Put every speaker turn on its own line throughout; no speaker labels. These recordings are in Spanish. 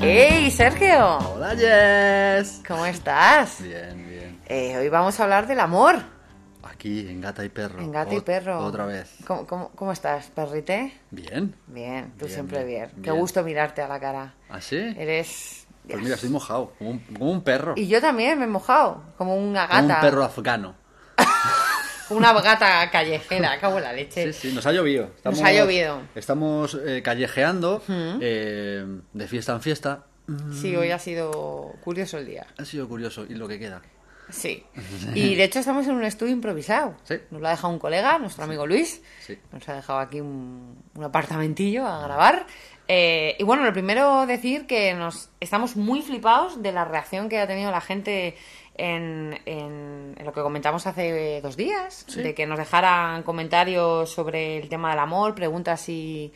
¡Hey, Sergio!
Hola, Jess.
¿Cómo estás?
Bien, bien.
Eh, hoy vamos a hablar del amor
Aquí, en gata y perro.
en gato y
Ot-
perro.
Otra vez.
¿Cómo, cómo, cómo estás, perrite?
Bien.
Bien, tú
Bien,
siempre bien.
bien,
Qué
bien.
gusto mirarte a la cara.
¿Así?
Eres...
¿Ah, Pues mira, estoy mojado. Como un, como un perro.
Y yo también me he mojado, como una
Como
gata.
un perro afgano.
como Una gata callejera, cago en la
Sí,
leche.
sí, nos ha llovido.
Nos ha llovido.
Estamos eh, callejeando eh, de fiesta en fiesta.
Sí, hoy ha sido curioso el día.
Ha sido curioso. ¿Y lo que queda?
Sí. Y de hecho estamos en un estudio improvisado.
Sí.
Nos lo ha dejado un colega, nuestro amigo Luis.
Sí.
Nos ha dejado aquí un, un apartamentillo a grabar. Eh, y bueno, lo primero decir que nos estamos muy flipados de la reacción que ha tenido la gente en, en- en lo que comentamos hace dos días,
Sí.
de que nos dejaran comentarios sobre el tema del amor, preguntas y-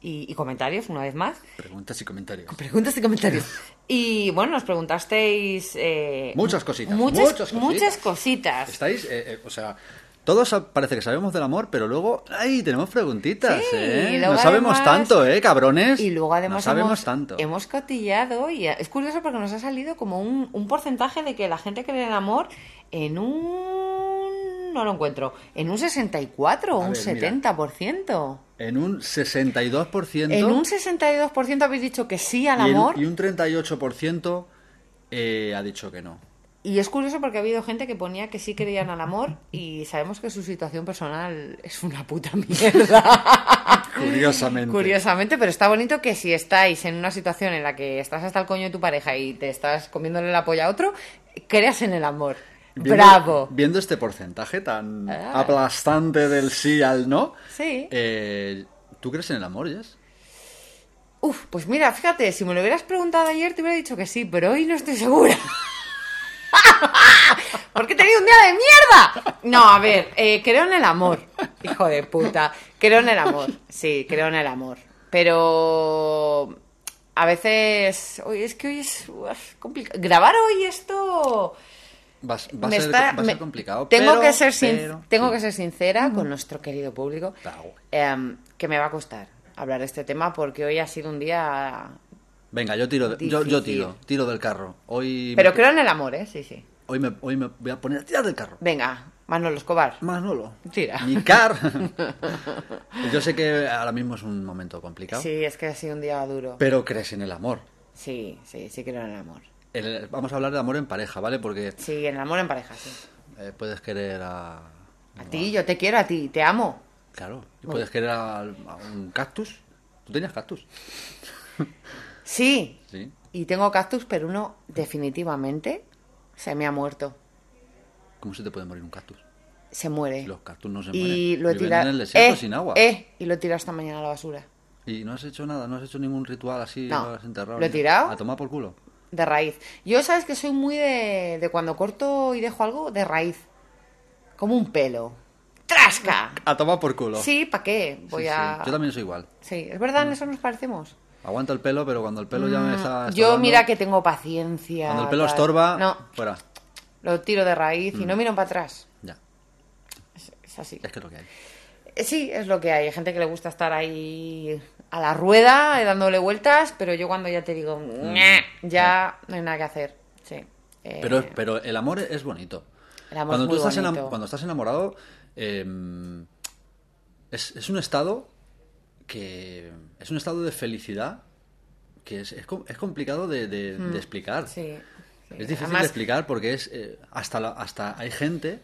y- y comentarios, una vez más.
Preguntas y comentarios.
Preguntas y comentarios. Y bueno, nos preguntasteis. eh,
Muchas cositas,
Muchas,
muchas cositas.
muchas cositas.
Estáis, eh, eh, o sea, todos sa- parece que sabemos del amor, pero luego, ay, tenemos preguntitas,
Sí,
¿eh?
y luego
No sabemos
además-
tanto, ¿eh, cabrones?
Y luego además
No sabemos
hemos,
tanto.
hemos cotillado y es curioso porque nos ha salido como un, un porcentaje de que la gente cree en el amor en un... no lo encuentro, en un 64 o
A
un
ver, mira.
70%.
En un 62%.
En un 62% habéis dicho que sí al
y en-
amor
Y un 38% eh, ha dicho que no.
y es curioso porque ha habido gente que ponía que sí creían al amor y sabemos que su situación personal es una puta mierda.
Curiosamente.
Curiosamente, pero está bonito que si estáis en una situación en la que estás hasta el coño de tu pareja y te estás comiéndole la polla a otro, creas en el amor.
Viendo-
¡Bravo!
Viendo este porcentaje tan
Ah.
aplastante del sí al no,
Sí.
eh, ¿tú crees en el amor, Jess?
Uf, pues mira, fíjate, si me lo hubieras preguntado ayer te hubiera dicho que sí, pero hoy no estoy segura. Porque he tenido un día de mierda. No, a ver, eh, creo en el amor. Hijo de puta. Creo en el amor. Sí, creo en el amor. Pero a veces. hoy es que hoy es complicado. Grabar hoy esto.
Va, a s- va a
me
ser,
está-
va a
me-
ser complicado.
Tengo,
pero-
que, ser sin-
pero-
tengo
sí.
que ser sincera con nuestro querido público
Está guay.
em, que me va a costar hablar de este tema porque hoy ha sido un día...
Venga, yo tiro, de- yo, yo
Difícil.
tiro, tiro del carro. Hoy
Pero
me,
creo en el amor, ¿eh? Sí, sí.
hoy, me, hoy me voy a poner a tirar del carro.
Venga, Manolo Escobar.
Manolo.
Tira.
Mi car. yo sé que ahora mismo es un momento complicado.
Sí, es que ha sido un día duro.
Pero crees en el amor.
Sí, sí, sí creo en el amor.
El- vamos a hablar de amor en pareja, ¿vale? Porque
Sí, en el amor en pareja, sí.
eh, puedes querer a.
A ti, yo te quiero a ti, te amo.
Claro, puedes querer a, a un cactus. Tú tenías cactus.
Sí.
Sí.
Y tengo cactus, pero uno definitivamente se me ha muerto.
¿Cómo se te puede morir un cactus?
Se muere.
Los cactus no se
y
mueren.
lo he
Viven
tirado...
en el desierto
Eh,
sin agua.
eh, y lo he tirado esta mañana a la basura.
Y no has hecho nada, no has hecho ningún ritual así,
No.
lo has enterrado.
¿Lo he
ni-
tirado?
A tomar por culo.
De raíz. Yo sabes que soy muy de, de cuando corto y dejo algo de raíz. Como un pelo. ¡Trasca!
A tomar por culo.
Sí, ¿para qué? Voy
Sí, sí.
a...
Yo también soy igual.
Sí, es verdad, en eso nos parecemos. Mm.
Aguanto el pelo, pero cuando el pelo ya me Mm, está.
Yo
estorbando,
mira que tengo paciencia.
Cuando el pelo
tal.
estorba,
No,
fuera.
lo tiro de raíz y no miro para atrás.
Ya,
Es, es así.
es que es lo que hay.
Eh, Sí, es lo que hay. Hay gente que le gusta estar ahí a la rueda, eh, dándole vueltas, pero yo cuando ya te digo, "Ñe", ya no hay nada que hacer. Sí. Eh,
Mm. Pero, pero el amor es bonito.
El amor
cuando
es
tú
muy
estás enam-
bonito.
cuando estás enamorado, eh, es, es un estado que. Es un estado de felicidad que es, es, com- es complicado de, de-
Hmm.
de explicar.
Sí. sí.
Es difícil
Además,
de explicar porque es eh, hasta la- hasta hay gente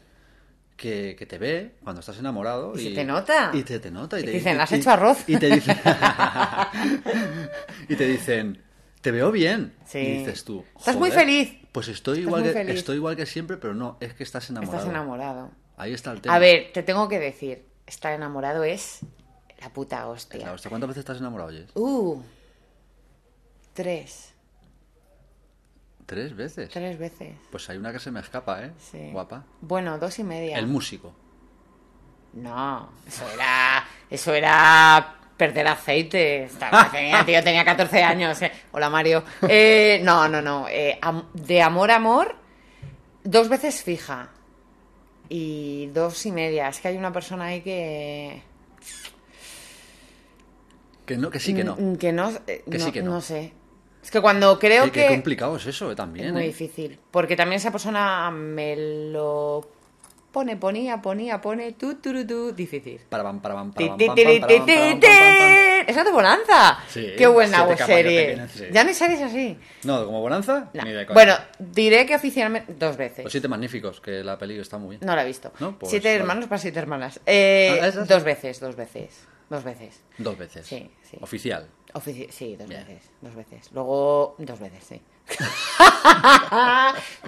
que, que te ve cuando estás enamorado
Y se te nota.
y te, te nota y,
Y
te
te dicen,
y-
"¿Has
y-
hecho arroz?"
y te dicen y te dicen te veo bien
Sí.
y dices tú
Estás muy
"Joder,
feliz".
pues estoy
Estás
igual
muy
que
feliz.
estoy igual que siempre pero no es que estás enamorado
Estás enamorado.
ahí está el tema
A ver, te tengo que decir, estar enamorado es la puta hostia.
Claro, ¿hasta cuántas veces estás enamorado Jess?
Uh, tres.
tres veces
Tres veces.
pues hay una que se me escapa eh
Sí.
guapa
Bueno, dos y media.
el músico
No, eso era. Eso era perder aceite.
Ah.
Estaba- Tenía, tío, tenía 14 años. eh. Hola, Mario. Eh, no, no, no. eh, am- de amor a amor, dos veces fija. Y dos y media. Es que hay una persona ahí que.
que no que sí que no
Mm, Que no, eh,
Que
no,
sí que no.
no sé. Es que cuando creo
Qué-
que.
qué complicado es eso eh, también
es muy
eh.
difícil. Porque también esa persona me lo pone, ponía, ponía, pone, tú, tú, tú, tú, difícil.
Para pam, para pam, para pam, pam, pam, para pam, para pam, pam, pam.
¡Esa de bonanza!
Sí,
¡Qué buena
siete
serie!
caballos pequeños, sí.
Ya no hay series así.
No, como bonanza,
No.
ni de coña.
Bueno, diré que oficialmente dos veces.
Los siete magníficos, que la peli está muy bien.
No la he visto.
No, pues,
siete
vale.
hermanos para siete hermanas. Eh,
Ah, esa sí.
dos veces, dos veces. Dos veces.
Dos veces.
Sí, sí.
Oficial.
Ofici- sí, dos
Bien.
veces, dos veces. Luego, dos veces, sí.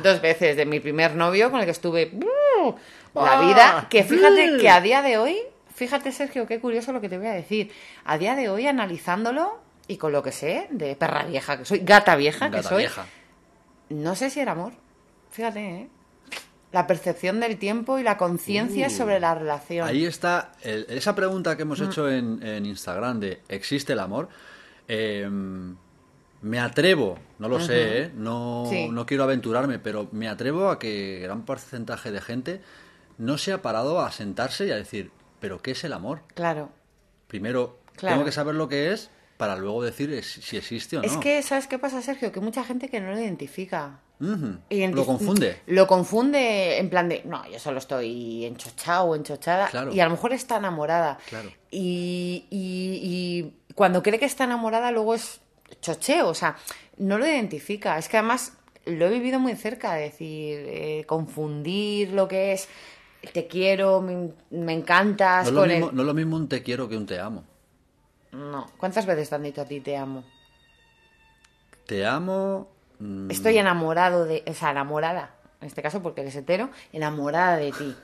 dos veces de mi primer novio con el que estuve ¡buh! la
Ah,
vida. Que fíjate
¡buh!
que a día de hoy, fíjate Sergio, qué curioso lo que te voy a decir. A día de hoy, analizándolo y con lo que sé de perra vieja que soy, gata vieja Ah, que
Gata
soy,
vieja.
no sé si era amor. Fíjate, ¿eh? La percepción del tiempo y la conciencia
Uh,
sobre la relación.
Ahí está el- esa pregunta que hemos
Mm.
hecho en, en Instagram de ¿existe el amor? Eh, me atrevo, no lo sé, ¿eh? no,
Sí.
no quiero aventurarme, pero me atrevo a que gran porcentaje de gente no se ha parado a sentarse y a decir, ¿pero qué es el amor?
Claro.
Primero,
Claro.
tengo que saber lo que es para luego decir es- si existe o no.
Es que, ¿sabes qué pasa, Sergio? Que mucha gente que no lo identifica.
Ujú.
Identi-
Lo confunde.
Lo confunde en plan de, no, yo solo estoy enchochado o enchochada.
Claro.
Y a lo mejor está enamorada.
Claro.
Y, y- y cuando cree que está enamorada, luego es chocheo. O sea, no lo identifica. Es que además lo he vivido muy cerca, es decir, eh, confundir lo que es te quiero, me, me
No
encantas
es, lo
con
mismo,
el-
no es lo mismo un te quiero que un te amo.
No. ¿Cuántas veces te han dicho a ti te amo?
Te amo. mm,
Estoy enamorado de, o sea, enamorada, en este caso porque eres hetero, enamorada de ti.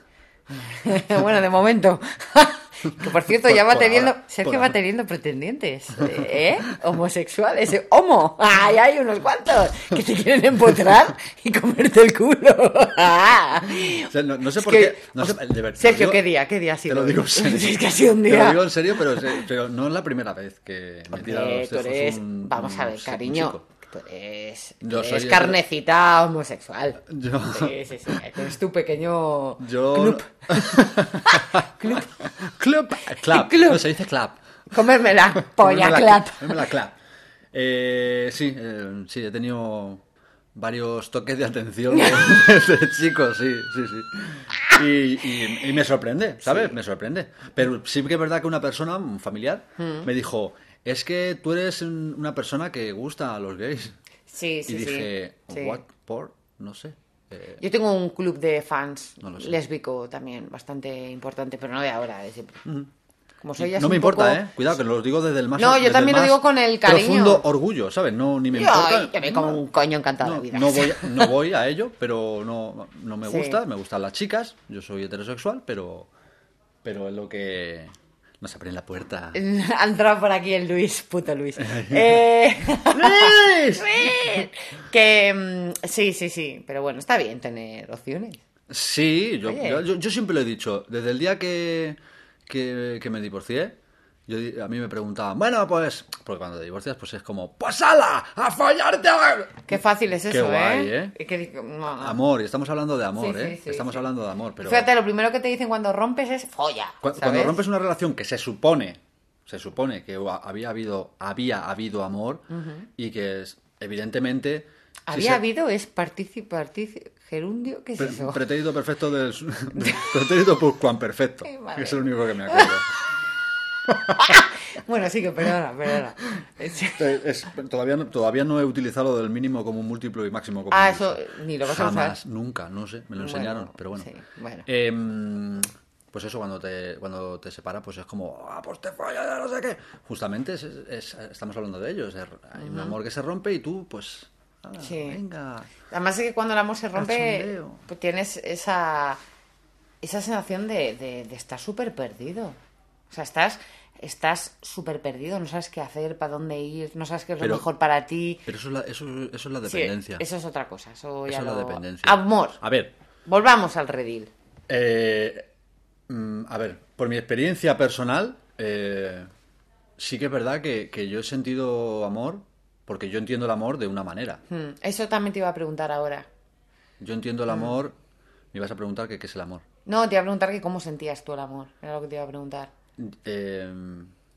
bueno, de momento. que por cierto,
Por-
ya va
por
teniendo,
ahora,
Sergio
por
va
ahora.
teniendo pretendientes, ¿eh? Homosexuales, ¿eh? homo. Ay, hay unos cuantos que te quieren empotrar y comerte el culo.
o sea, no, no sé
Es
por
que-
qué. no sé- de ver- te
Sergio,
lo digo-
¿qué día? ¿Qué día ha sido?
Te lo digo
hoy?
en serio.
Es que ha sido un
Te lo
día.
digo en serio, pero, se- pero no es la primera vez que me he tirado
Hombre,
los
tú
tejos
eres,
un-
vamos
un
a ver,
chi- un
cariño,
chico.
tú eres,
Yo
tú
soy
eres
hetero.
carnecita homosexual.
Yo-
Sí, sí, sí, eres tu pequeño
Yo.
club.
club. club. Clap.
Club.
No, se dice clap.
Comerme la polla,
Pónmela-
clap.
pónmela clap. Eh, sí, eh, sí, he tenido varios toques de atención de, de chicos, sí, sí, sí. Y, y- y me sorprende, ¿sabes? Me sorprende. Pero sí que es verdad que una persona, un familiar,
Mm.
me dijo, es que tú eres un- una persona que gusta a los gays.
Sí, sí,
y
sí,
dije,
sí.
¿what? ¿Por? No sé. Eh,
Yo tengo un club de fans
No lo sé.
lésbico también, bastante importante, pero no de ahora, de siempre. Como soy ya
no
un
me importa,
poco-
¿eh? Cuidado, que lo digo desde el más...
No, yo
desde el
también lo
más
digo con el cariño.
Profundo orgullo, ¿sabes? No, ni me
Yo,
importa.
ay, que me como un coño encantado
no,
de vida.
No voy, no voy a ello, pero no, no me
Sí.
gusta. Me gustan las chicas. Yo soy heterosexual, pero, pero es lo que... Nos abren la puerta.
Ha entrado por aquí el Luis, puto Luis. Eh,
¡Luis!
Luis. que mm, sí, sí, sí, pero bueno, está bien tener opciones.
Sí, yo,
Oye.
yo, yo- yo siempre lo he dicho. Desde el día que, que, que me divorcié, yo, di- a mí me preguntaban, bueno, pues... Porque cuando te divorcias, pues es como, pues ala, a follarte. a-".
Qué fácil es eso,
guay, ¿eh?
Es que digo, no, no.
Amor, y estamos hablando de amor,
Ah. Sí, sí,
¿eh?
sí,
estamos
sí.
hablando de amor, pero...
Fíjate, lo primero que te dicen cuando rompes es folla.
Cu-
¿sabes?
Cuando rompes una relación que se supone, se supone que ha- había habido, había habido amor y que es, evidentemente... si
Había
se-
habido es partícipe, partícipe, gerundio, ¿qué es
pre-
eso?
pretérito perfecto del... su- pretérito pluscuamperfecto,
Qué
perfecto.
madre.
es el único que me acuerdo.
Bueno, sí que perdona, perdona. Eh, sí.
Eh, es- todavía, no- todavía no he utilizado lo del mínimo como múltiplo y máximo como
Ah,
múltiplo.
eso ni lo vas a usar.
Jamás, nunca, no sé, me
Bueno,
lo enseñaron, pero bueno.
sí, bueno.
Em, pues eso, cuando te, cuando te separa, pues es como, ah, pues te follas, no sé qué. Justamente es- es- estamos hablando de ello, es de- hay un amor que se rompe y tú, pues, ah,
Sí.
venga.
Además es que cuando el amor se rompe,
Cachondeo.
pues tienes esa, esa sensación de, de- de estar súper perdido. O sea, estás estás súper perdido, no sabes qué hacer, para dónde ir, no sabes qué es lo
Pero-
mejor para ti.
Pero eso es la, eso, eso es la
Sí,
dependencia.
eso es otra cosa. Eso,
Eso
ya
es la
lo-
dependencia.
Amor.
A ver,
Volvamos al redil.
Eh, mm, a ver, por mi experiencia personal, eh, sí que es verdad que, que yo he sentido amor, porque yo entiendo el amor de una manera.
Hmm, Eso también te iba a preguntar ahora.
Yo
Mm.
entiendo el amor, me ibas a preguntar que qué es el amor.
No, te iba a preguntar que cómo sentías tú el amor. Era lo que te iba a preguntar.
Eh,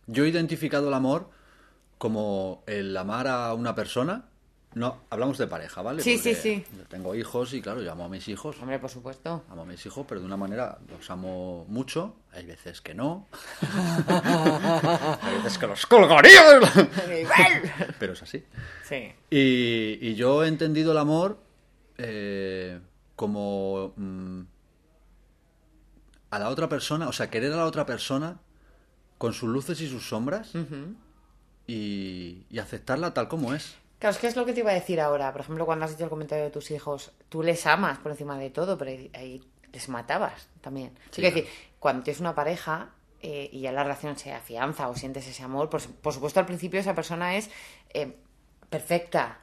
yo he identificado el amor como el amar a una persona. No, hablamos de pareja, ¿vale?
Sí,
Porque
sí, sí.
Yo tengo hijos y claro, yo amo a mis hijos.
Hombre, por supuesto.
Amo a mis hijos, pero de una manera los amo mucho. Hay veces que no. Hay veces que los colgaría. pero es así.
Sí.
Y, y yo he entendido el amor eh, como mm, a la otra persona, o sea, querer a la otra persona con sus luces y sus sombras y, y aceptarla tal como es.
Claro, es que es lo que te iba a decir ahora. Por ejemplo, cuando has hecho el comentario de tus hijos, tú les amas por encima de todo, pero ahí- ahí les matabas también.
Sí,
Quiero decir,
claro.
cuando tienes una pareja eh, y ya la relación se afianza o sientes ese amor, por, su- por supuesto al principio esa persona es eh, perfecta.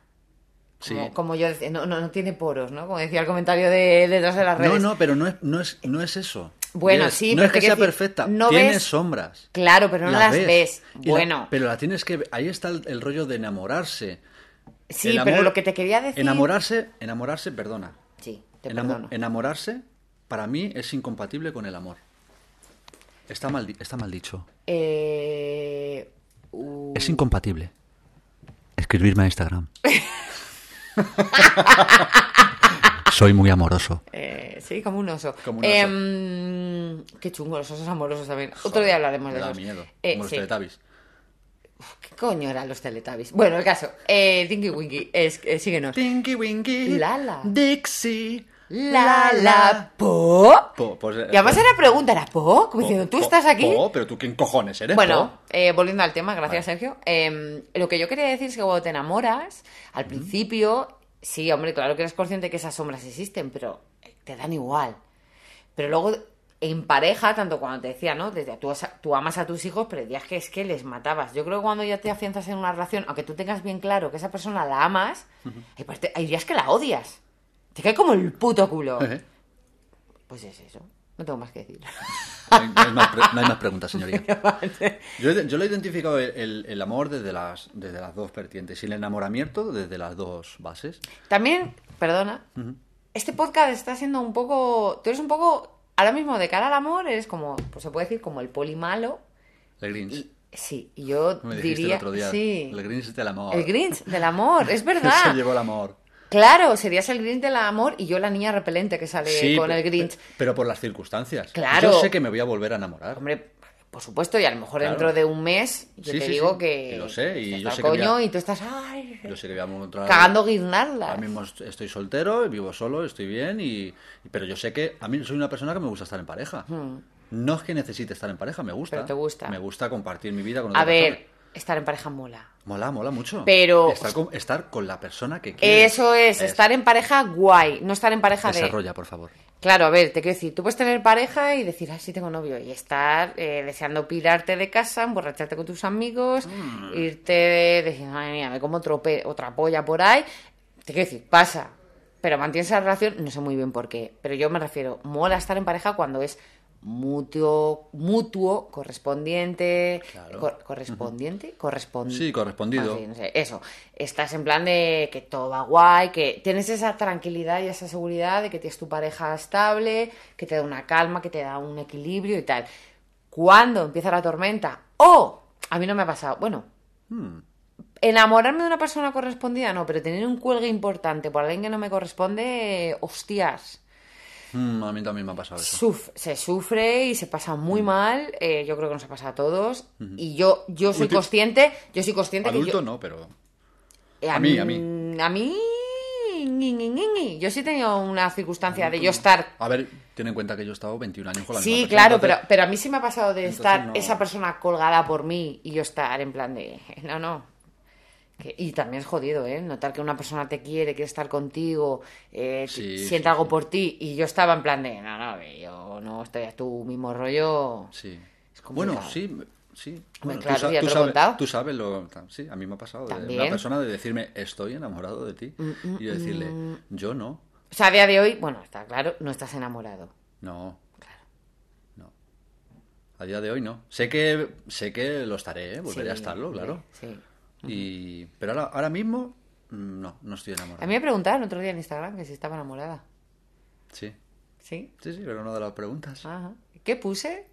Como,
Sí.
como yo decía, no, no, no tiene poros, ¿no? Como decía el comentario de detrás de las redes.
No, no, pero no es, no es, no es eso.
Bueno,
Yes,
sí,
no
pero
es que
te
sea
quiero decir,
perfecta.
no
Tiene
ves-
sombras.
Claro, pero no las, ves.
Y la-
Bueno,
pero la tienes que. Ahí está el, el rollo de enamorarse.
sí,
el
pero
amor-
lo que te quería decir...
Enamorarse, enamorarse, perdona.
Sí, te
Enamo-
perdono.
Enamorarse, para mí, es incompatible con el amor. Está mal, di- está mal dicho.
Eh, uh,
Es incompatible. Escribirme a Instagram. Soy muy amoroso.
Eh, sí, como un oso.
Como un
Em, qué chungo, los osos amorosos también. Otro día hablaremos de
Me da
eso.
miedo.
Eh,
como los
sí.
Teletubbies.
¿Qué coño eran los Teletubbies? Bueno, el caso. Eh, Dinky Winky, es, eh, síguenos.
Tinky Winky.
Lala.
Dixie.
La, la, po.
Po, pues, eh,
Y además
po.
era pregunta, era po, como
Po,
diciendo, Pues ¿tú
po,
estás aquí?
po, pero tú quién cojones eres.
Bueno,
po?
eh, volviendo al tema, gracias
Vale.
Sergio. Eh, lo que yo quería decir es que cuando te enamoras, al principio, sí, hombre, claro que eres consciente que esas sombras existen, pero eh, te dan igual. Pero luego, en pareja, tanto cuando te decía, ¿no? Desde, tú, as- tú amas a tus hijos, pero decías que es que les matabas. Yo creo que cuando ya te afianzas en una relación, aunque tú tengas bien claro que esa persona la amas, hay, parte- hay días que la odias. Te cae como el puto culo.
Eh,
Pues es eso. No tengo más que decir.
No hay, no hay más pre- no hay más preguntas, señoría. Yo, he- yo lo he identificado el, el- el amor desde las, desde las dos vertientes y el enamoramiento desde las dos bases.
También, perdona, este podcast está siendo un poco. Tú eres un poco. Ahora mismo, de cara al amor, eres como. Pues se puede decir como el poli malo.
El Grinch.
Sí, y yo
Me dijiste
diría.
el otro día.
sí.
El Grinch del amor.
El Grinch del amor, es
Se
verdad.
llevó el amor.
Claro, serías el Grinch del amor y yo la niña repelente que sale Eh, con
pe-
el Grinch.
pe- Pero por las circunstancias.
Claro.
Yo sé que me voy a volver a enamorar.
Hombre, por supuesto, y a lo mejor
Claro.
dentro de un mes yo
Sí,
te
sí,
digo
sí.
que.
Y lo sé, y
estás
yo
al
sé que voy a-
coño, y tú estás. Ay,
Yo sé que voy a encontrar.
cagando guirnaldas.
Ahora mismo est- estoy soltero, vivo solo, estoy bien, y... pero yo sé que a mí soy una persona que me gusta estar en pareja. No es que necesite estar en pareja, me gusta.
Hmm. Pero te gusta.
Me gusta compartir mi vida con otra
A ver,
persona.
estar en pareja mola.
Mola, mola mucho.
Pero-
Estar con, estar con la persona que quieres.
Eso es, estar en pareja guay, no estar en pareja de...
Desarrolla, por favor.
Claro, a ver, te quiero decir, tú puedes tener pareja y decir, ah, sí tengo novio, y estar eh, deseando pirarte de casa, emborracharte con tus amigos,
Mm.
irte de... decir, madre mía, me como otro pe- otra polla por ahí. Te quiero decir, pasa, pero mantienes esa relación, no sé muy bien por qué, pero yo me refiero, mola estar en pareja cuando es mutuo, mutuo, correspondiente,
Claro.
cor- correspondiente, correspondiente.
Sí, correspondido.
Bueno, sí, no sé, eso. Estás en plan de que todo va guay, que tienes esa tranquilidad y esa seguridad de que tienes tu pareja estable, que te da una calma, que te da un equilibrio y tal. Cuando empieza la tormenta, ¡oh! A mí no me ha pasado. Bueno,
Hmm.
enamorarme de una persona correspondida no, pero tener un cuelgue importante por alguien que no me corresponde, hostias.
Mm, a mí también me ha pasado eso. Hmm.
Suf- se sufre y se pasa muy mal. eh, yo creo que nos ha pasado a todos. Y yo, yo soy
Últim-
consciente, yo soy consciente que
Adulto
yo-
no, pero.
eh,
a mí, a
A mí. ni, ni, ni, ni. Yo sí he tenido una circunstancia de yo estar.
A ver, ten en cuenta que yo he estado 21 años con la
Sí,
misma persona,
claro, pero,
entonces-
pero a mí sí me ha pasado de
entonces
estar
no-
esa persona colgada por mí y yo estar en plan de. "Eh, No, no. Que- y también es jodido, ¿eh? Notar que una persona te quiere, quiere estar contigo, eh,
Sí,
que
sí,
siente algo por ti. Y yo estaba en plan de. No, no, que yo no estoy a tu mismo rollo.
Sí.
Es complicado.
Bueno, sí, sí. Bueno,
claro,
sa-
ya te lo he
sabes,
contado.
tú sabes lo. ta- Sí, a mí me ha pasado. De
También. Mm,
una persona de decirme, estoy enamorado de ti. y yo decirle, yo no.
O sea, a día de hoy, bueno, está claro, no estás enamorado.
No. No. A día de hoy no. Sé que, sé que lo estaré, ¿eh? volveré a
Sí,
estarlo, claro.
Sí.
Y, pero ahora, ahora mismo, mm, no, no estoy enamorado.
A mí me preguntaron otro día en Instagram que si estaba enamorada.
Sí.
¿Sí?
Sí, sí, pero una de las preguntas.
Ajá. ¿Qué puse?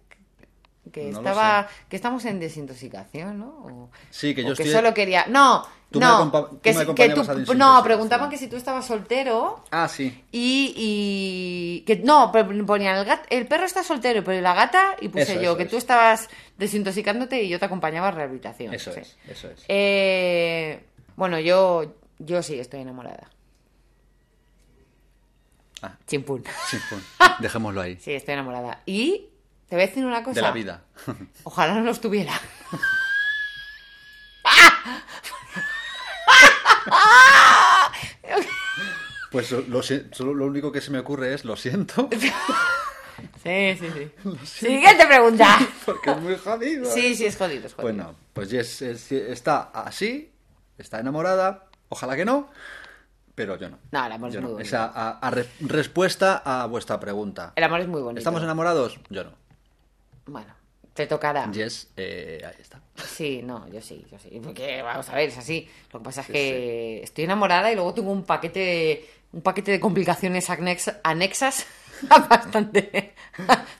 Que
No lo
estaba. Que estamos en desintoxicación, ¿no? O-
Sí, que yo
o que
estoy-
solo quería. No,
Tú me
no.
acompa- tú
que
me
si- que
acompañabas
tú- No,
a desintoxicación.
preguntaban que si tú estabas soltero.
Ah, sí.
Y, y- que no, pero ponían el, gat- el perro está soltero, pero ¿y la gata, y puse
Eso,
yo,
eso,
que
eso.
tú estabas desintoxicándote y yo te acompañaba a rehabilitación.
Eso
sí.
es, eso es.
Eh, bueno, yo, yo sí estoy enamorada.
Ah.
Chimpún.
Sí, pues, dejémoslo ahí.
Sí, estoy enamorada. Y te voy a decir una cosa.
De la vida.
Ojalá no lo estuviera.
Pues lo, lo si- solo lo único que se me ocurre es lo siento.
Sí, sí, sí. Siguiente pregunta.
Porque es muy jodido.
Sí, sí, es jodido, es jodido.
Bueno, pues Jess es- está así, está enamorada, ojalá que no, pero yo no.
No, el amor es
Yo
muy
no.
bonito.
Esa a- a re- respuesta a vuestra pregunta.
El amor es muy bonito.
¿Estamos enamorados? Yo no.
Bueno, te tocará.
Jess, eh, ahí está.
Sí, no, yo sí, yo sí. Porque, vamos a ver, es así. Lo que pasa es que estoy enamorada y luego tengo un paquete, un paquete de complicaciones anex- anexas bastante.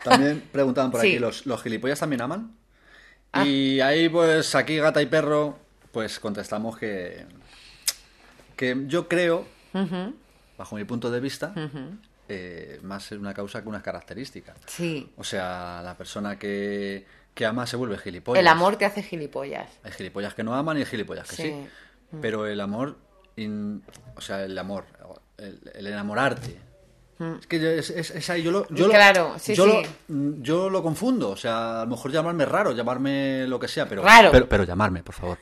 También preguntaban por
Sí. Ah.
aquí, ¿los, los gilipollas también aman? Y ahí pues aquí gata y perro, pues contestamos que, que yo creo, bajo mi punto de vista, eh, más es una causa que unas características.
Sí.
O sea, la persona que, que ama se vuelve gilipollas.
El amor te hace gilipollas.
Hay gilipollas que no aman y hay gilipollas que sí.
Sí. Mm.
Pero el amor, in- o sea, el amor, el, el enamorarte. Es que yo- es, es- es ahí, yo lo, yo lo-
Mm. Claro, sí,
yo
sí.
Lo, mm, yo lo confundo, o sea, a lo mejor llamarme raro, llamarme lo que sea, pero...
Raro.
Pero, pero llamarme, por favor.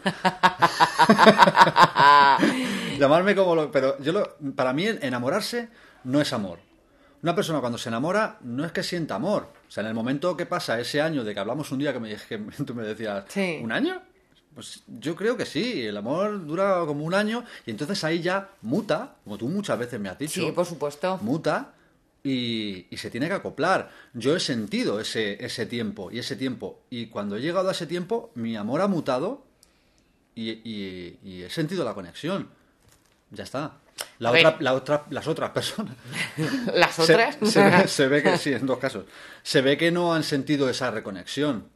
llamarme como lo... Pero yo lo... Para mí enamorarse no es amor. Una persona cuando se enamora no es que sienta amor. O sea, en el momento que pasa ese año de que hablamos un día que, me, que tú me decías,
Sí.
¿un año? Pues yo creo que sí, el amor dura como un año y entonces ahí ya muta, como tú muchas veces me has dicho
Sí, por supuesto.
muta y, y se tiene que acoplar. Yo he sentido ese, ese tiempo y ese tiempo. Y cuando he llegado a ese tiempo, mi amor ha mutado y, y- y he sentido la conexión. Ya está. La
A
otra,
ver.
la otra, las otras personas.
Las
Se-
otras.
Se, ve, se ve que sí, en dos casos. Se ve que no han sentido esa reconexión.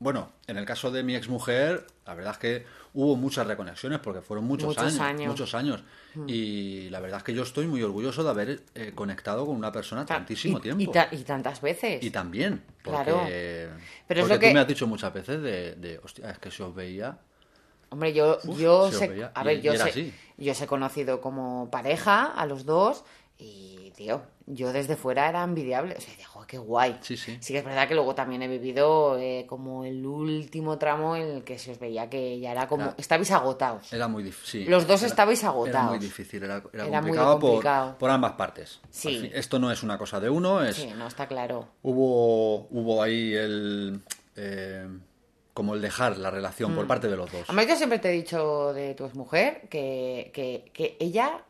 Bueno, en el caso de mi exmujer, la verdad es que hubo muchas reconexiones porque fueron muchos,
Muchos
años,
años. Mm.
Muchos años. Y la verdad es que yo estoy muy orgulloso de haber eh, conectado con una persona tantísimo
y,
tiempo.
Y, ta- y tantas veces.
Y también, porque,
Claro. Pero es
porque
lo
tú
que-
me has dicho muchas veces de, de, hostia, es que si os veía,
Hombre, yo,
Uf,
yo
se os
sé,
veía.
a
Y-
ver,
y
yo
era
sé,
así.
yo os he conocido como pareja a los dos y, tío, yo desde fuera era envidiable. O sea, decía, "Jo, qué guay.
Sí, sí.
que es verdad que luego también he vivido eh, como el último tramo en el que se os veía que ya era como,
Era-
estabais agotados.
era muy difícil.
Los dos estabais
Era
agotados.
muy difícil, era, era
Era muy
complicado, por-
complicado.
Por, ambas partes. Al
Sí.
fin, esto no es una cosa de uno, es,
Sí, no, está claro.
Hubo, hubo ahí el. eh, como el dejar la relación
Mm.
por parte de los dos.
Además, yo siempre te he dicho de tu exmujer que, que, que ella,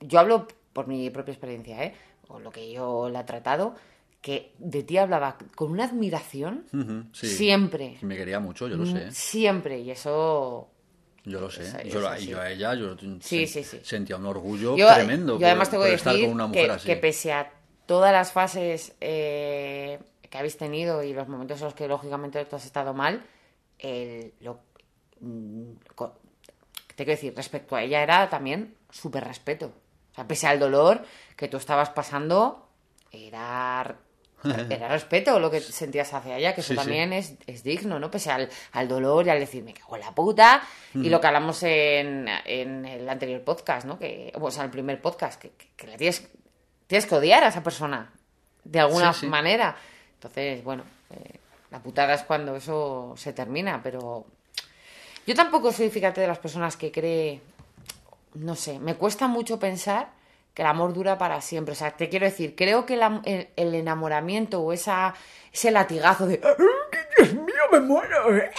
yo hablo por mi propia experiencia, ¿eh? o lo que yo la he tratado, que de ti hablaba con una admiración
Ujú, sí.
siempre,
Me quería mucho, yo lo sé. ¿eh?
siempre, y eso...
Yo lo sé.
Eso-
yo, la-
eso Mm. sí.
yo a ella yo
Sí, sí, sí.
sentía un orgullo
Yo, eh,
tremendo
yo
por,
además te voy
por
a
estar
decir
con una mujer
que,
así.
que pese a todas las fases eh, que habéis tenido y los momentos en los que lógicamente tú has estado mal, el- lo- mm, co- te quiero decir, respecto a ella era también súper respeto. O sea, pese al dolor que tú estabas pasando, era, era respeto lo que sentías hacia ella, que eso
Sí, sí.
también Es, es digno, ¿no? Pese al, al dolor y al decir, me cago en la puta, y lo que hablamos en, en el anterior podcast, ¿no? Que, o sea, el primer podcast, que, que- que la tienes, tienes que odiar a esa persona, de alguna
Sí, sí.
manera. Entonces, bueno, eh, la putada es cuando eso se termina, pero yo tampoco soy, fíjate, de las personas que cree, no sé, me cuesta mucho pensar que el amor dura para siempre. O sea, te quiero decir, creo que el, am- el- el enamoramiento o esa, ese latigazo de, "Ah, que Dios mío, me muero eh,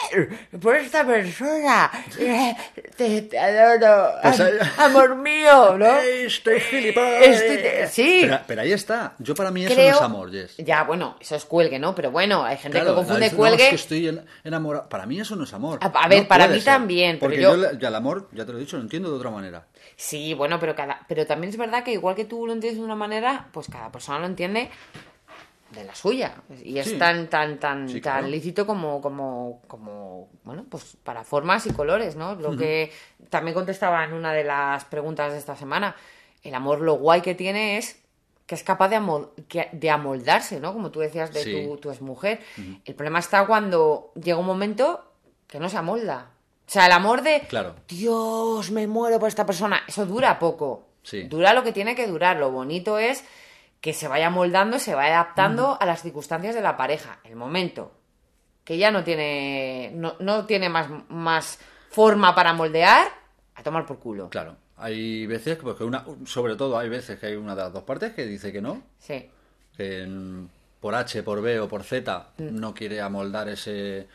por esta persona, eh, te, te adoro,
Pues
am-
ahí-
amor mío, ¿no? Este
Estoy gilipollas.
Estoy- eh, este sí.
Pero, pero ahí está. Yo para mí eso
Creo-
no es amor, Jess.
Ya, bueno, eso es cuelgue, ¿no? Pero bueno, hay gente que
Claro, la
confunde
dice, "No, es
cuelgue.
que estoy en- enamorado. Para mí eso no es amor.
A- a ver,
No
para
puede
mí también, pero
Porque
yo-
yo... la- yo el amor, ya te lo he dicho, lo entiendo de otra manera.
Sí, bueno, pero cada, pero también es verdad que igual que tú lo entiendes de una manera, pues cada persona lo entiende de la suya. Y es
Sí.
tan, tan, tan,
Sí,
tan
claro.
lícito como, como, como, bueno, pues para formas y colores, ¿no? Lo que también contestaba en una de las preguntas de esta semana. El amor lo guay que tiene es que es capaz de, amo- que- de amoldarse, ¿no? Como tú decías de
Sí.
tu, tu exmujer. El problema está cuando llega un momento que no se amolda. O sea, el amor de
Claro.
Dios, me muero por esta persona. Eso dura poco.
Sí.
Dura lo que tiene que durar. Lo bonito es que se vaya moldando, se vaya adaptando a las circunstancias de la pareja. El momento que ya no tiene, no, no tiene más, más forma para moldear, a tomar por culo.
Claro. Hay veces que, porque una, sobre todo hay veces que hay una de las dos partes que dice que no,
Sí.
que en- por H, por B o por Z
Mm.
no quiere amoldar ese,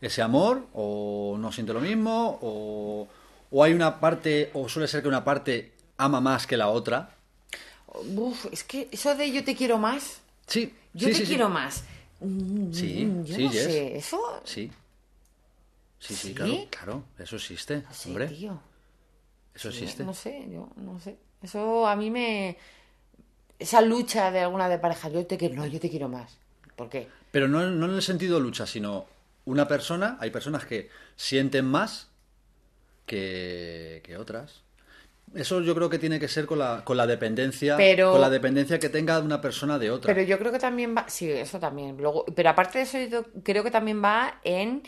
ese amor o no siente lo mismo o, o hay una parte o suele ser que una parte ama más que la otra.
Uf, es que eso de yo te quiero más,
Sí,
yo
sí,
te
sí, sí.
quiero más. Mm,
Sí,
yo
sí,
no
Jess.
sé, eso
Sí. Sí, sí,
¿Sí?
claro, claro, eso existe,
no sé,
hombre,
Pues tío.
eso
Sí,
existe.
No sé, yo no sé. Eso a mí me. Esa lucha de alguna de pareja, yo te quiero, no, yo te quiero más. ¿Por qué?
Pero no, no en el sentido lucha, sino una persona, hay personas que sienten más que, que otras. Eso yo creo que tiene que ser con la, con la dependencia,
Pero-
con la dependencia que tenga una persona de otra.
Pero yo creo que también va. Sí, eso también. Luego, pero aparte de eso, yo creo que también va en,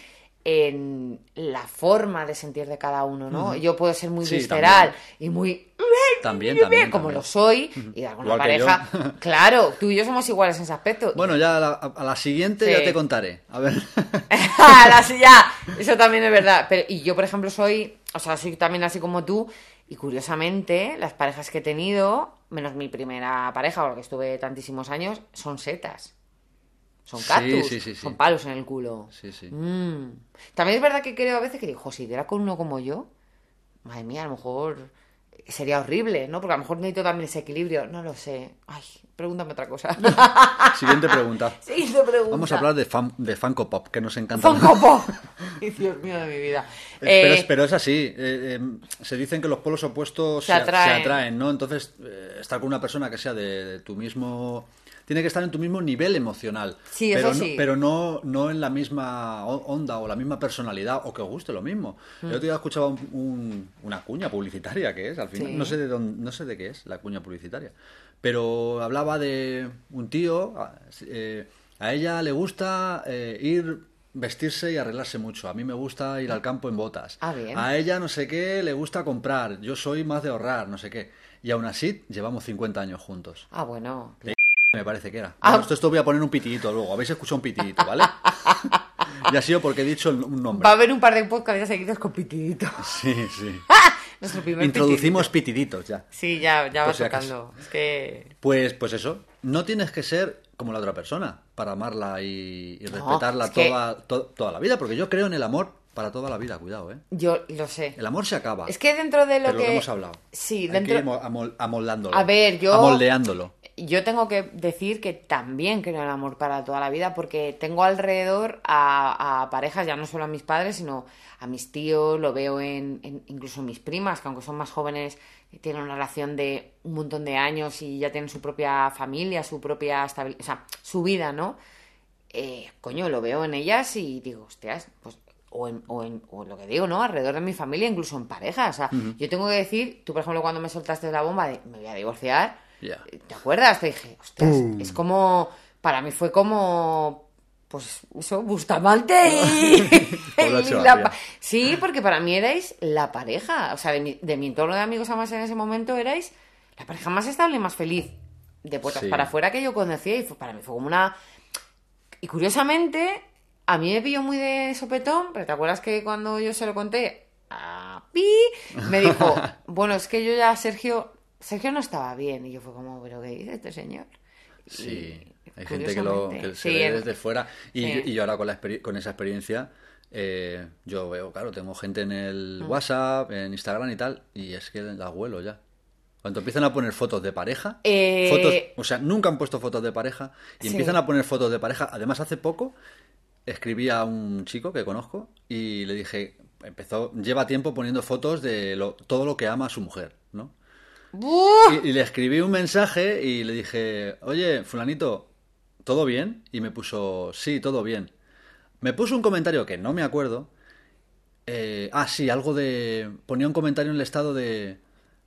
en la forma de sentir de cada uno, ¿no? Yo puedo ser muy
Sí,
visceral y muy.
También, también,
como
también.
lo soy, y de alguna
Igual que yo.
pareja. Claro, tú y yo somos iguales en ese aspecto.
Bueno, ya a la, a la siguiente
Sí.
ya te contaré. A ver.
Ahora sí, ya. Eso también es verdad. Pero, y yo, por ejemplo, soy, o sea, soy también así como tú. Y curiosamente, las parejas que he tenido, menos mi primera pareja, con la que estuve tantísimos años, son setas. Son
Sí,
cactus,
sí, sí, sí.
son palos en el culo.
Sí, sí.
Mm. También es verdad que creo a veces que digo, "Jo, si diera con uno como yo, madre mía, a lo mejor sería horrible, ¿no? Porque a lo mejor necesito también ese equilibrio. No lo sé. Ay, pregúntame otra cosa.
Siguiente pregunta.
Siguiente pregunta.
Vamos a hablar de, fan, de Funko Pop, que nos encanta.
Funko Pop. Ay, Dios mío de mi vida.
Pero,
Eh,
es, pero es así, eh, eh, se dicen que los polos opuestos
Se
se, a-
atraen.
se atraen, ¿no? Entonces, eh, estar con una persona que sea de, de tu mismo... Tiene que estar en tu mismo nivel emocional.
Sí, eso
pero
sí.
No, pero no, no en la misma o- onda o la misma personalidad o que os guste lo mismo. El otro día escuchaba un- un- una cuña publicitaria que es, al final,
Sí.
no, sé de dónde, no sé de qué es la cuña publicitaria, pero hablaba de un tío, a- eh, a ella le gusta eh, ir vestirse y arreglarse mucho, a mí me gusta ir al campo en botas.
Ah, bien.
A ella no sé qué le gusta comprar, yo soy más de ahorrar, no sé qué. Y aún así llevamos 50 años juntos.
Ah, bueno.
Me parece que era.
Ah.
Bueno, esto, esto voy a poner un pitidito luego. Habéis escuchado un pitidito, ¿vale? y ha sido porque he dicho el- un nombre.
Va a haber un par de podcasts ya seguidos con pitidito.
Sí, sí.
Nuestro primer
Introducimos Pues pitiditos ya.
pitidito. Sí, ya, ya va
Por si
tocando. Es que.
Pues, pues eso. No tienes que ser como la otra persona para amarla y, y respetarla
es que-
toda, to- toda la vida. Porque yo creo en el amor para toda la vida, cuidado, ¿eh?
Yo lo sé.
El amor se acaba.
Es que dentro de lo
pero
que.
lo que hemos hablado.
Sí,
Hay
dentro.
que ir mo- amol- amoldándolo.
A ver, yo-
Amoldeándolo.
Yo tengo que decir que también creo en el amor para toda la vida porque tengo alrededor a, a parejas, ya no solo a mis padres, sino a mis tíos, lo veo en, en- incluso en mis primas, que aunque son más jóvenes, eh, tienen una relación de un montón de años y ya tienen su propia familia, su propia estabilidad, o sea, su vida, ¿no? eh, coño, lo veo en ellas y digo, hostias, pues, o en, o en- o lo que digo, ¿no? Alrededor de mi familia, incluso en pareja. O sea, yo tengo que decir, tú, por ejemplo, cuando me soltaste la bomba de me voy a divorciar,
Ya.
¿Te acuerdas? Te dije, ostras, es como. Para mí fue como. Pues eso, Bustamante y.
Paula
y
Echevarría.
pa- sí, porque para mí erais la pareja. O sea, de mi, de mi entorno de amigos, además en ese momento erais la pareja más estable y más feliz de puertas
Sí.
para afuera que yo conocía. Y fue- para mí fue como una. Y curiosamente, a mí me pilló muy de sopetón, pero ¿te acuerdas que cuando yo se lo conté a Pi, me dijo, bueno, es que yo ya, Sergio, Sergio no estaba bien. Y yo fue como, pero ¿qué dice este señor? Y,
Sí, hay gente que, lo, que
curiosamente,
se
sí,
ve
el-
desde fuera. Y,
sí.
y yo ahora con, la experi- con esa experiencia, eh, yo veo, claro, tengo gente en el
Ah.
WhatsApp, en Instagram y tal, y es que la huelo ya. Cuando empiezan a poner fotos de pareja,
Eh,
fotos, o sea, nunca han puesto fotos de pareja, y
Sí.
empiezan a poner fotos de pareja. Además, hace poco escribí a un chico que conozco y le dije, empezó, lleva tiempo poniendo fotos de lo- todo lo que ama a su mujer, ¿no?
¡Buah!
Y, y le escribí un mensaje y le dije, oye, fulanito, ¿todo bien? Y me puso, sí, todo bien. Me puso un comentario que no me acuerdo. eh, ah, sí, algo de... Ponía un comentario en el estado de...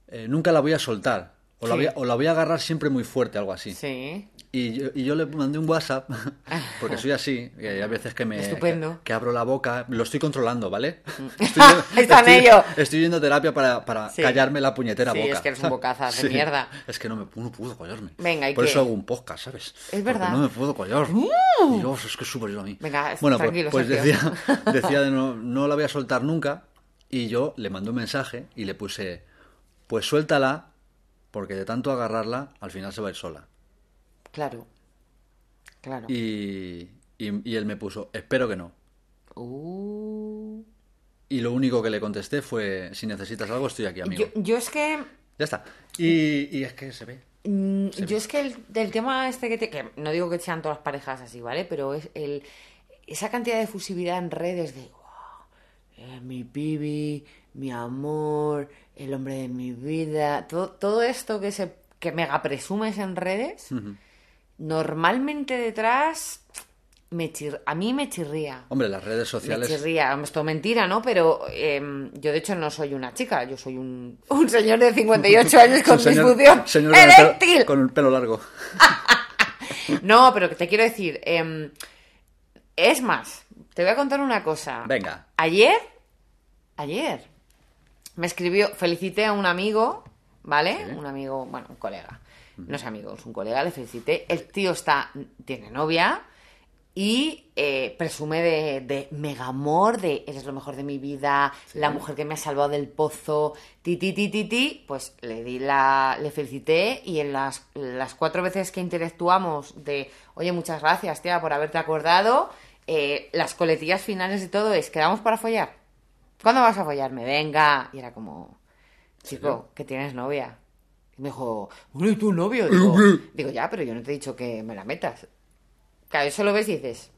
eh, nunca la voy a soltar. O la,
Sí.
voy a, o la voy a agarrar siempre muy fuerte, algo así.
Sí.
Y yo, y yo le mandé un WhatsApp, porque soy así, y hay veces que me...
Ah. Estupendo. Mm.
Que, que abro la boca, lo estoy controlando, ¿vale?
Están
estoy-
ellos.
Estoy yendo a terapia para, para
Sí.
callarme la puñetera
Sí,
boca.
es que eres un bocazas de mierda.
Es que no me no puedo callarme.
Venga, ¿y
Por
qué?
eso hago un podcast, ¿sabes? Porque
verdad. ¡Uh!
no me puedo callar. Dios, es que es súper yo a mí.
Venga, es-
bueno, pues-
tranquilo,
pues,
Sergio.
decía, decía de no, no la voy a soltar nunca, y yo le mandé un mensaje y le puse, pues suéltala, porque de tanto agarrarla, al final se va a ir sola.
Claro. Claro.
Y, y- y él me puso, espero que no.
Uh.
Y lo único que le contesté fue, si necesitas algo, estoy aquí, amigo.
Yo, yo es que
Ya está. Y, y es que se ve.
Mm, Yo es que el, del tema este que te... Que no digo que sean todas las parejas así, ¿vale? Pero es el, esa cantidad de fusividad en redes de... "Guau, eh, mi pibi, mi amor, el hombre de mi vida... Todo, todo esto que, se, que mega presumes en redes, normalmente detrás... Me chir- a mí me chirría.
Hombre, las redes
Me
sociales.
chirría, esto mentira, ¿no? Pero em, yo de hecho no soy una chica, yo soy un, un señor de 58 años con
Un señor-
disfunción
señor con el pelo-
eréctil.
con el pelo largo.
No, pero que te quiero decir, em, es más, te voy a contar una cosa.
Venga.
Ayer, ayer, me escribió, felicité a un amigo, ¿vale? Un amigo, bueno, un colega. No es amigo, es un colega, le felicité. El tío está, tiene novia y eh, presume de, de mega amor, de eres lo mejor de mi vida, la mujer que me ha salvado del pozo, ti, ti, ti, ti, ti. Pues le di la, le felicité y en las, las cuatro veces que interactuamos de, oye, muchas gracias, tía, por haberte acordado, eh, las coletillas finales de todo es, quedamos para follar. ¿Cuándo vas a follarme? Venga. Y era como, chico, que tienes novia. Y me dijo, bueno, ¿y tu novio?
Eh,
Digo, digo, ya, pero yo no te he dicho que me la metas. Claro, eso lo ves y dices,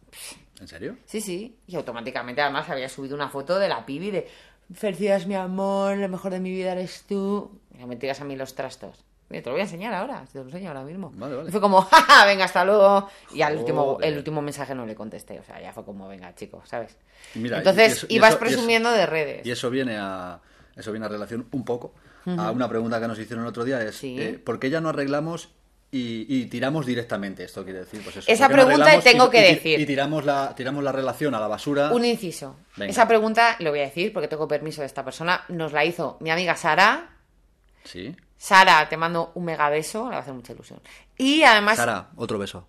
¿En serio?
sí, sí. Y automáticamente además había subido una foto de la pibi de, felicidades mi amor, lo mejor de mi vida eres tú. Mira, me tiras a mí los trastos. Mira, te lo voy a enseñar ahora, te lo enseño ahora mismo.
Vale, vale.
Y fue como, "Ja, ja, venga, hasta luego. Y al último,
Joder.
el último mensaje no le contesté. O sea, ya fue como, venga, chico, ¿sabes?
Y mira, y
Entonces,
eso- y
ibas
eso- y eso-
presumiendo de redes.
Y eso viene a eso viene a relación un poco a una pregunta que nos hicieron el otro día es
Sí.
eh, ¿por qué ya no arreglamos y, y tiramos directamente esto quiere decir pues eso,
Esa
¿por qué no
pregunta
arreglamos
tengo
y-
que
y ti-
decir.
y tiramos la tiramos la relación a la basura
Un inciso.
Venga.
Esa pregunta lo voy a decir porque tengo permiso de esta persona. Nos la hizo mi amiga Sara.
sí
Sara, te mando un mega beso, le va a hacer mucha ilusión. Y además, Sara,
Sara otro beso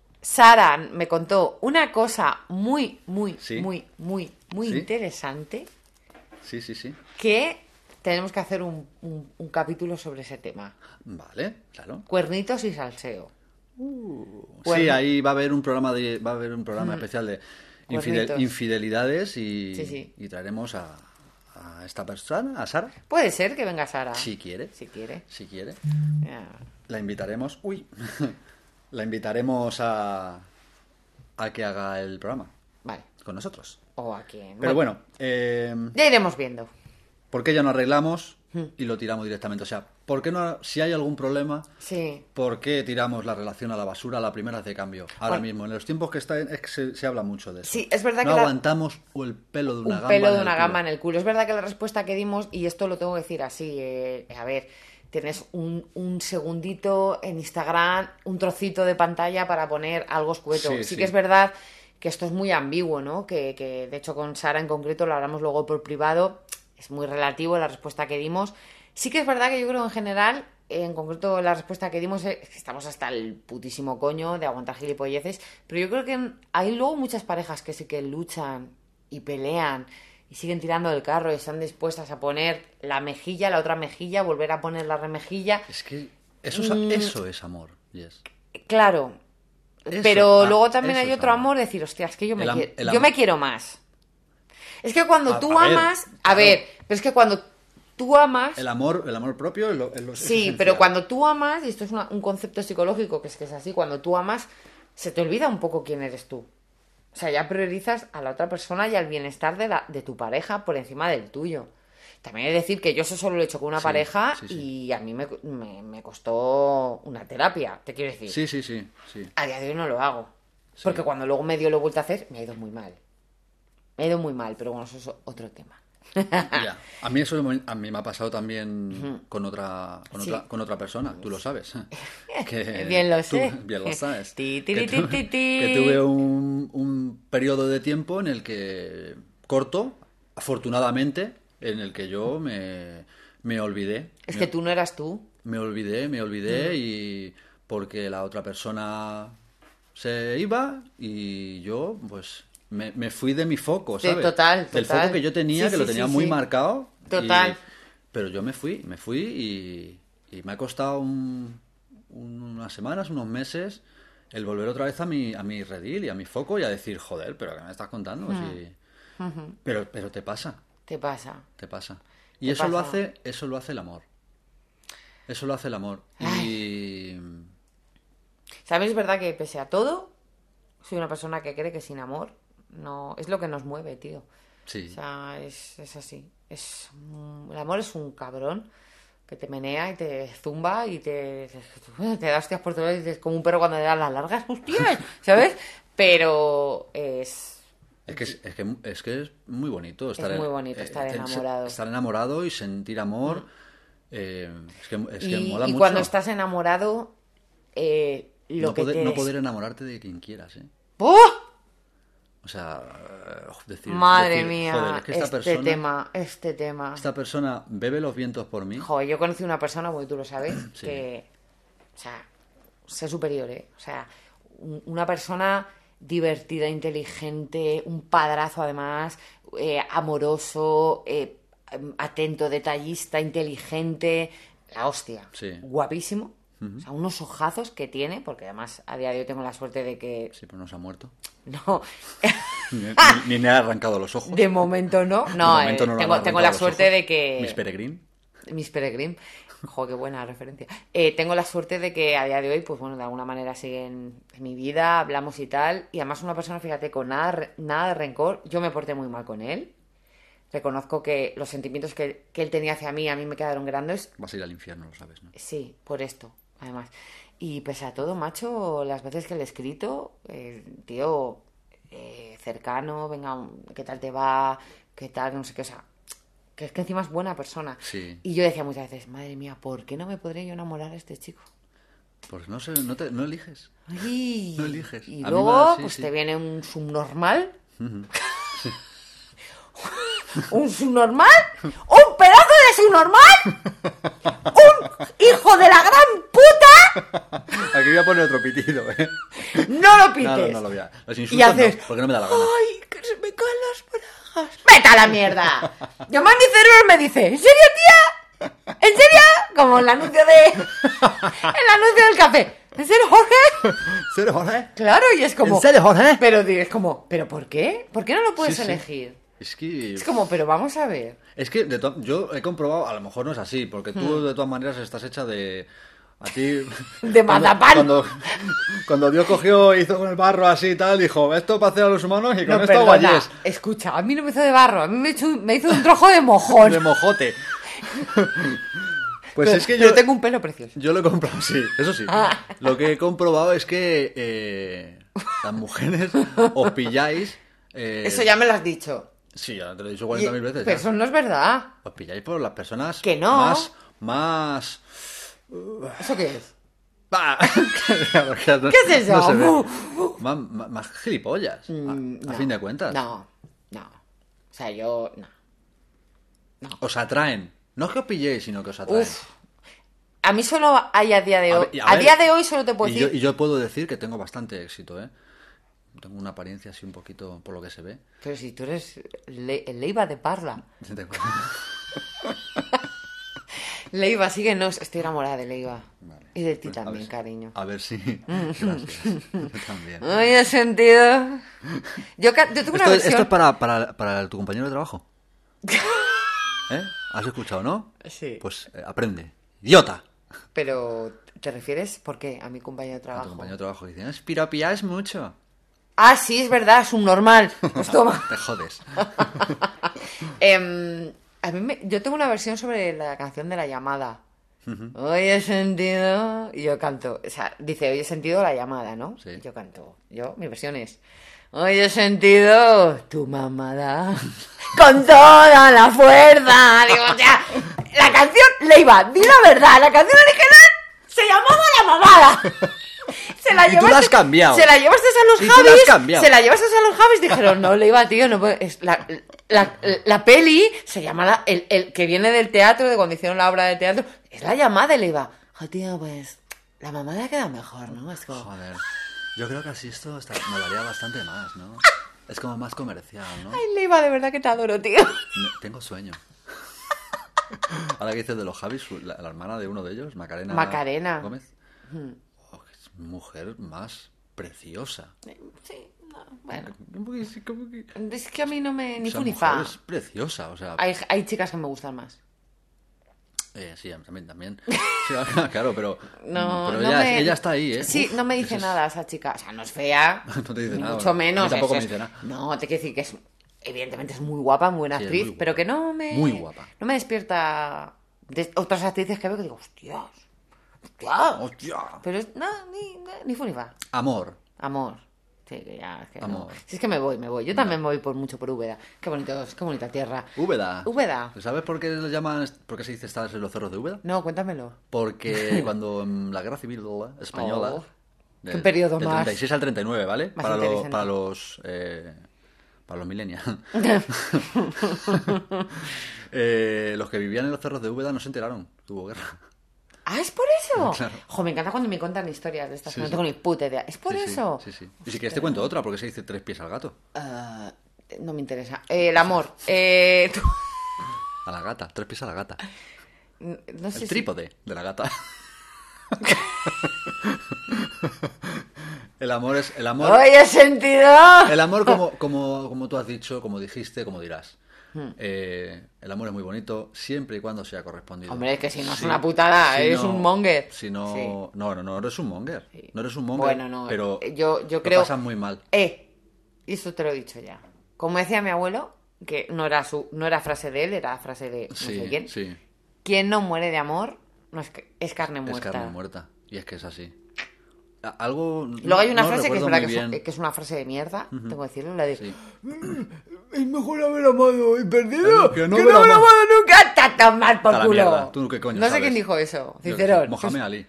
me contó una cosa muy, muy,
Sí.
muy, muy, muy
Sí.
interesante
sí sí sí
que tenemos que hacer un, un- un capítulo sobre ese tema.
vale claro
Cuernitos y salseo.
sí
Cuerno.
ahí va a haber un programa de va a haber un programa especial de infide-
Cuernitos.
infidelidades y,
Mm. Pues Sí, sí.
y traeremos a, a esta persona a Sara
Puede ser que venga Sara.
si quiere
Si quiere. Ah,
si quiere
Ya.
La invitaremos. Uy. La invitaremos a. a que haga el programa
Vale.
con nosotros.
O a quien.
Pero bueno, eh,
Ya iremos viendo.
¿por qué ya no arreglamos
Hmm.
y lo tiramos directamente? O sea, ¿por qué no. si hay algún problema.
Sí.
¿Por qué tiramos la relación a la basura a la primera vez de cambio? Ahora
Bueno.
mismo, en los tiempos que está en- es que se, se habla mucho de eso.
Sí, es verdad
no
que la-
aguantamos el pelo de una
un
gamba.
pelo
en
de
el
una
culo.
gamba en el culo. Es verdad que la respuesta que dimos, y esto lo tengo que decir así, eh, a ver, tienes un, un segundito en Instagram, un trocito de pantalla para poner algo escueto.
Sí,
Sí,
sí.
que es verdad que esto es muy ambiguo, ¿no? Que, que, de hecho con Sara en concreto lo hablamos luego por privado, es muy relativo la respuesta que dimos. Sí que es verdad que yo creo en general, en concreto la respuesta que dimos es que estamos hasta el putísimo coño de aguantar gilipolleces, pero yo creo que hay luego muchas parejas que sí que luchan y pelean y siguen tirando del carro y están dispuestas a poner la mejilla, la otra mejilla, volver a poner la remejilla.
Es que eso es,
Mm.
eso es amor, Yes.
Claro.
Eso,
pero
ah,
luego también
eso
hay
es
otro
amor.
amor, decir, hostia, es que yo me,
El am-
quiero,
el
yo
am-
me quiero más. Es que cuando
A-
tú
a ver,
amas, a
claro.
ver, pero es que cuando tú amas,
El amor, el amor propio es lo, es lo- es
sí,
esencial.
pero cuando tú amas, y esto es una- un concepto psicológico que es que es así, cuando tú amas, se te olvida un poco quién eres tú. O sea, ya priorizas a la otra persona y al bienestar de, la, de tu pareja por encima del tuyo. También es decir que yo eso solo lo he hecho con una
Sí,
pareja
sí, sí.
y a mí me, me- me costó una terapia, te quiero decir.
Sí, sí, sí, sí.
A día de hoy no lo hago.
Sí.
Porque cuando luego me dio lo vuelta a hacer, me ha ido muy mal. Me ha ido muy mal, pero bueno, eso es otro tema.
Ya. A mí eso me- a mí me ha pasado también con otra con
Sí.
otra con otra persona, tú lo sabes. Que
Bien lo
tú-
sé.
bien lo sabes.
Ti, ti,
que,
ti,
tu-
ti, ti.
que tuve un, un periodo de tiempo en el que corto, afortunadamente, en el que yo me, me olvidé.
Es
Me-
que tú no eras tú.
me olvidé, me olvidé y porque la otra persona se iba y yo pues me, me fui de mi foco,
Sí,
¿sabes?
total,
Del
total.
foco que yo tenía,
Sí,
que lo
sí,
tenía
sí,
muy
sí.
marcado. y-
Total.
pero yo me fui, me fui y, y me ha costado un- un- unas semanas, unos meses el volver otra vez a mi, a mi redil y a mi foco y a decir, joder, pero ¿qué me estás contando? Si- Pero, pero te pasa,
¿Qué pasa?
te pasa. Y
Te
eso lo
pasa.
hace, eso lo hace el amor. Eso lo hace el amor. Y
¿Sabes? Es verdad que pese a todo, soy una persona que cree que sin amor no es lo que nos mueve, tío.
sí,
O sea, es, es así. Es, un- el amor es un cabrón que te menea y te zumba y te, te da hostias por todo y dices, como un perro cuando le das las largas hostias, ¿sabes? Pero es...
es que es, es que es que es muy bonito estar en-
muy bonito estar
ten-
enamorado. Mm.
estar enamorado y sentir amor. eh, es que, es que
y
mola
y
mucho.
cuando estás enamorado, eh, lo
no,
que
poder,
te...
no
des-
poder enamorarte de quien quieras, ¿eh?
¡Oh!
O sea, eh, decir,
Madre
decir,
mía,
joder, es que esta
este
persona,
tema, este tema.
esta persona bebe los vientos por mí.
Joder, yo conocí una persona, bueno, tú lo sabes,
Sí.
que, o sea, sé superior, ¿eh? O sea, un- una persona divertida, inteligente, un padrazo además, eh, amoroso, eh, atento, detallista, inteligente, la hostia.
Sí.
Guapísimo. O sea, unos ojazos que tiene, porque además a día de hoy tengo la suerte de que...
Sí, pero no se ha muerto.
No,
Ni, ni- ni le ha arrancado los ojos.
de momento no.
De
No,
momento
eh,
no le han
tengo, tengo
arrancado
la
los
suerte
ojos.
de que...
Miss Peregrine.
Miss Peregrine. Jo, qué buena referencia. Eh, tengo la suerte de que a día de hoy, pues bueno, de alguna manera siguen en mi vida, hablamos y tal. Y además una persona, fíjate, con nada, re- nada de rencor, yo me porté muy mal con él. Reconozco que los sentimientos que, que él tenía hacia mí, a mí me quedaron grandes.
Vas a ir al infierno, lo sabes, ¿no?
Sí, por esto, además. Y pese a todo, macho, las veces que le he escrito, eh, tío, eh, cercano, venga, un- ¿qué tal te va? ¿Qué tal? No sé qué, o sea, que es que encima es buena persona.
Sí.
Y yo decía muchas veces, madre mía, ¿por qué no me podré yo enamorar de este chico?
Pues no sé, no, te, no eliges.
Ay,
No eliges.
Y
A mí
luego,
me da- sí,
pues
sí.
te viene un subnormal. ¿Un subnormal? ¡Un pedazo de subnormal! ¡Un hijo de la gran puta!
Aquí voy a poner otro pitido, ¿eh?
¡No lo pites!
No, no, no lo voy a. Los insultos
Y haces. ¡Oh!
no, porque no me da la gana.
¡Ay, que se me caen las bragas! ¡Vete a la mierda! Yomandi Cerur me dice: ¿En serio, tía? ¿En serio? Como el anuncio de. El anuncio del café. ¿En serio, Jorge?
¿Cero Jorge?
Claro, y es como.
¿En serio, Jorge?
Pero di- es como, ¿pero por qué? ¿Por qué no lo puedes
Sí, sí.
elegir?
Es que.
Es como, pero vamos a ver.
Es que de to- yo he comprobado, a lo mejor no es así, porque tú de todas maneras estás hecha de. A ti.
Hmm. De
cuando-
mazapán.
Cuando, cuando Dios cogió, hizo con el barro así y tal, dijo: Esto para hacer a los humanos y con
No,
esto
perdona.
guayés.
Escucha, a mí no me hizo de barro, a mí me hizo, me hizo un trojo de mojón.
De mojote. Pues
Pero-
es que
pero
yo.
tengo un pelo precioso.
Yo lo he comprobado, sí, eso sí.
Ah.
Lo que he comprobado es que eh, las mujeres os pilláis. eh,
Eso ya me lo has dicho.
Sí, ya te lo he dicho
Y-
40.000 veces.
pero
ya.
eso no es verdad.
Os pilláis por las personas
Que no.
más, más...
¿Eso qué es?
Bah, claro, que no-
¿Qué es eso?
no se ve.
Uh,
más, más- más gilipollas, a-
Mm,
a,
no.
fin de cuentas.
No, no. O sea, yo. No.
Os atraen. No es que os pilléis, sino que os atraen.
Uf. A mí solo hay a día de
A
hoy.
ver, y a
A,
ver.
día de hoy solo te puedo
y, yo,
decir.
y yo puedo decir que tengo bastante éxito, ¿eh? Tengo una apariencia así un poquito, por lo que se ve.
Pero si tú eres Le- Leiva de Parla. Leiva, síguenos. Estoy enamorada de Leiva.
Vale.
Y de ti
Pues, a
también,
ver-
cariño.
A ver si... Gracias. Yo también.
Ay, he sentido. Yo, ca- yo tengo una
Esto,
versión.
esto es para, para, para tu compañero de trabajo. ¿Eh? ¿Has escuchado, no?
Sí.
Pues eh, aprende. ¡Idiota!
Pero, ¿te refieres por qué? A mi compañero de
A
trabajo.
tu compañero de trabajo. Dicen, es piropía, es mucho.
Ah, sí, es verdad, es un normal. Pues toma.
Te jodes.
Em, a mí me- yo tengo una versión sobre la canción de la llamada. Hoy he sentido. Y yo canto. O sea, dice, hoy he sentido la llamada, ¿no?
Sí.
Y Yo canto. Yo, mi versión es. Hoy he sentido tu mamada con toda la fuerza. Digo, o sea, la canción le iba, di la verdad, la canción original se llamaba La Mamada. Se la
Y tú la
llevaste-
has cambiado.
Se la llevaste a los
Y tú la has
Javis.
cambiado.
Se la llevaste a los Javis. Dijeron, no, le iba, tío, no puede- es la, la, la peli se llama la- el, el que viene del teatro, de cuando hicieron la obra de teatro, es la llamada, le iba. Jo, tío, pues la mamada queda mejor, ¿no? Es como,
Joder. Yo creo que así esto está, molaría bastante más, ¿no? Es como más comercial, ¿no?
ay, le iba, de verdad que te adoro, tío.
Me- tengo sueño. Ahora que dices de los Javis, su- la, la hermana de uno de ellos, Macarena,
Macarena.
Gómez. Oh, es mujer más preciosa.
Eh, Sí, no, bueno.
¿Cómo que- sí, cómo que-
Es que a mí no me. ni
Esa
fu ni
mujer
fa.
es preciosa, o sea,
Hay, hay chicas que me gustan más.
eh, sí, a mí también, también. Sí, claro, pero, mm,
No,
pero
no
ella,
me-
ella está ahí, ¿eh?
Sí,
Uf,
no me dice
ese es-
nada esa chica. O sea, no es fea.
No te dice nada,
Mucho
a mí
menos.
tampoco
eso
me
es-
dice nada.
No, te quiero decir que es. Evidentemente es muy guapa, muy buena
Sí, es
actriz,
muy
pero
guapa.
que no me.
Muy guapa.
No me despierta. de otras actrices que veo que digo, hostias. Hostias.
¡Hostia!
Pero es- no, ni, no, ni fu ni fa.
Amor.
Amor. Sí, que ya, es que no.
Amor.
Si es que me voy, me voy. Yo también me voy por mucho por Úbeda. Qué bonitos, qué bonita tierra.
Úbeda.
Úbeda.
¿Sabes por qué lo llaman, por qué se dice estar en los cerros de Úbeda?
No, cuéntamelo.
Porque cuando en la guerra civil española.
Oh,
de-
qué periodo
del
más.
36 al 39, ¿vale?
Más
Para, lo-
interesante.
para los. eh, para los millennials. Eh, los que vivían en los cerros de Úbeda no se enteraron que hubo guerra.
Ah, es por eso. Jo, me encanta cuando me contan historias de estas.
Sí,
que no
sí.
tengo ni puta idea. Es por
Sí, sí,
eso.
Sí, sí. Y si quieres te cuento otra, porque se dice tres pies al gato.
Ah, no me interesa. Eh, el amor. Eh, tú-
A la gata, tres pies a la
Ah,
gata.
No
El
sé si-
trípode de la gata. el amor es. El amor.
¡Hoy he sentido!
El amor, como, como, como tú has dicho, como dijiste, como dirás.
Hmm.
Eh, el amor es muy bonito siempre y cuando sea correspondido.
Hombre, es que si no es una putada, eres un monger.
Si no,
Sí.
no, no, no eres un monger.
Sí.
No eres un monger.
Bueno, no,
Pero
eh, yo- yo
lo
creo-
pasas muy mal.
Eh, y eso te lo he dicho ya. Como decía mi abuelo, que no era, su, no era frase de él, era frase de no
Sí,
sé quién.
sí.
Quien no muere de amor no es, ca- es carne
Es
muerta.
carne muerta. Y es que es así. A- Algo.
Luego hay una
no
frase que es
recuerdo
verdad que
muy
es, un-
bien.
que es una frase de mierda, tengo que decirlo, la de...
Sí.
Es mejor haber amado y perdido
Que
que
no
no,
haber
haber
amado.
amado nunca. ¡Te tan mal por
A la
culo!
mierda. Tú qué coño
no sé
sabes.
quién dijo eso,
Yo qué sé,
Cicerón.
Mohamed Ali.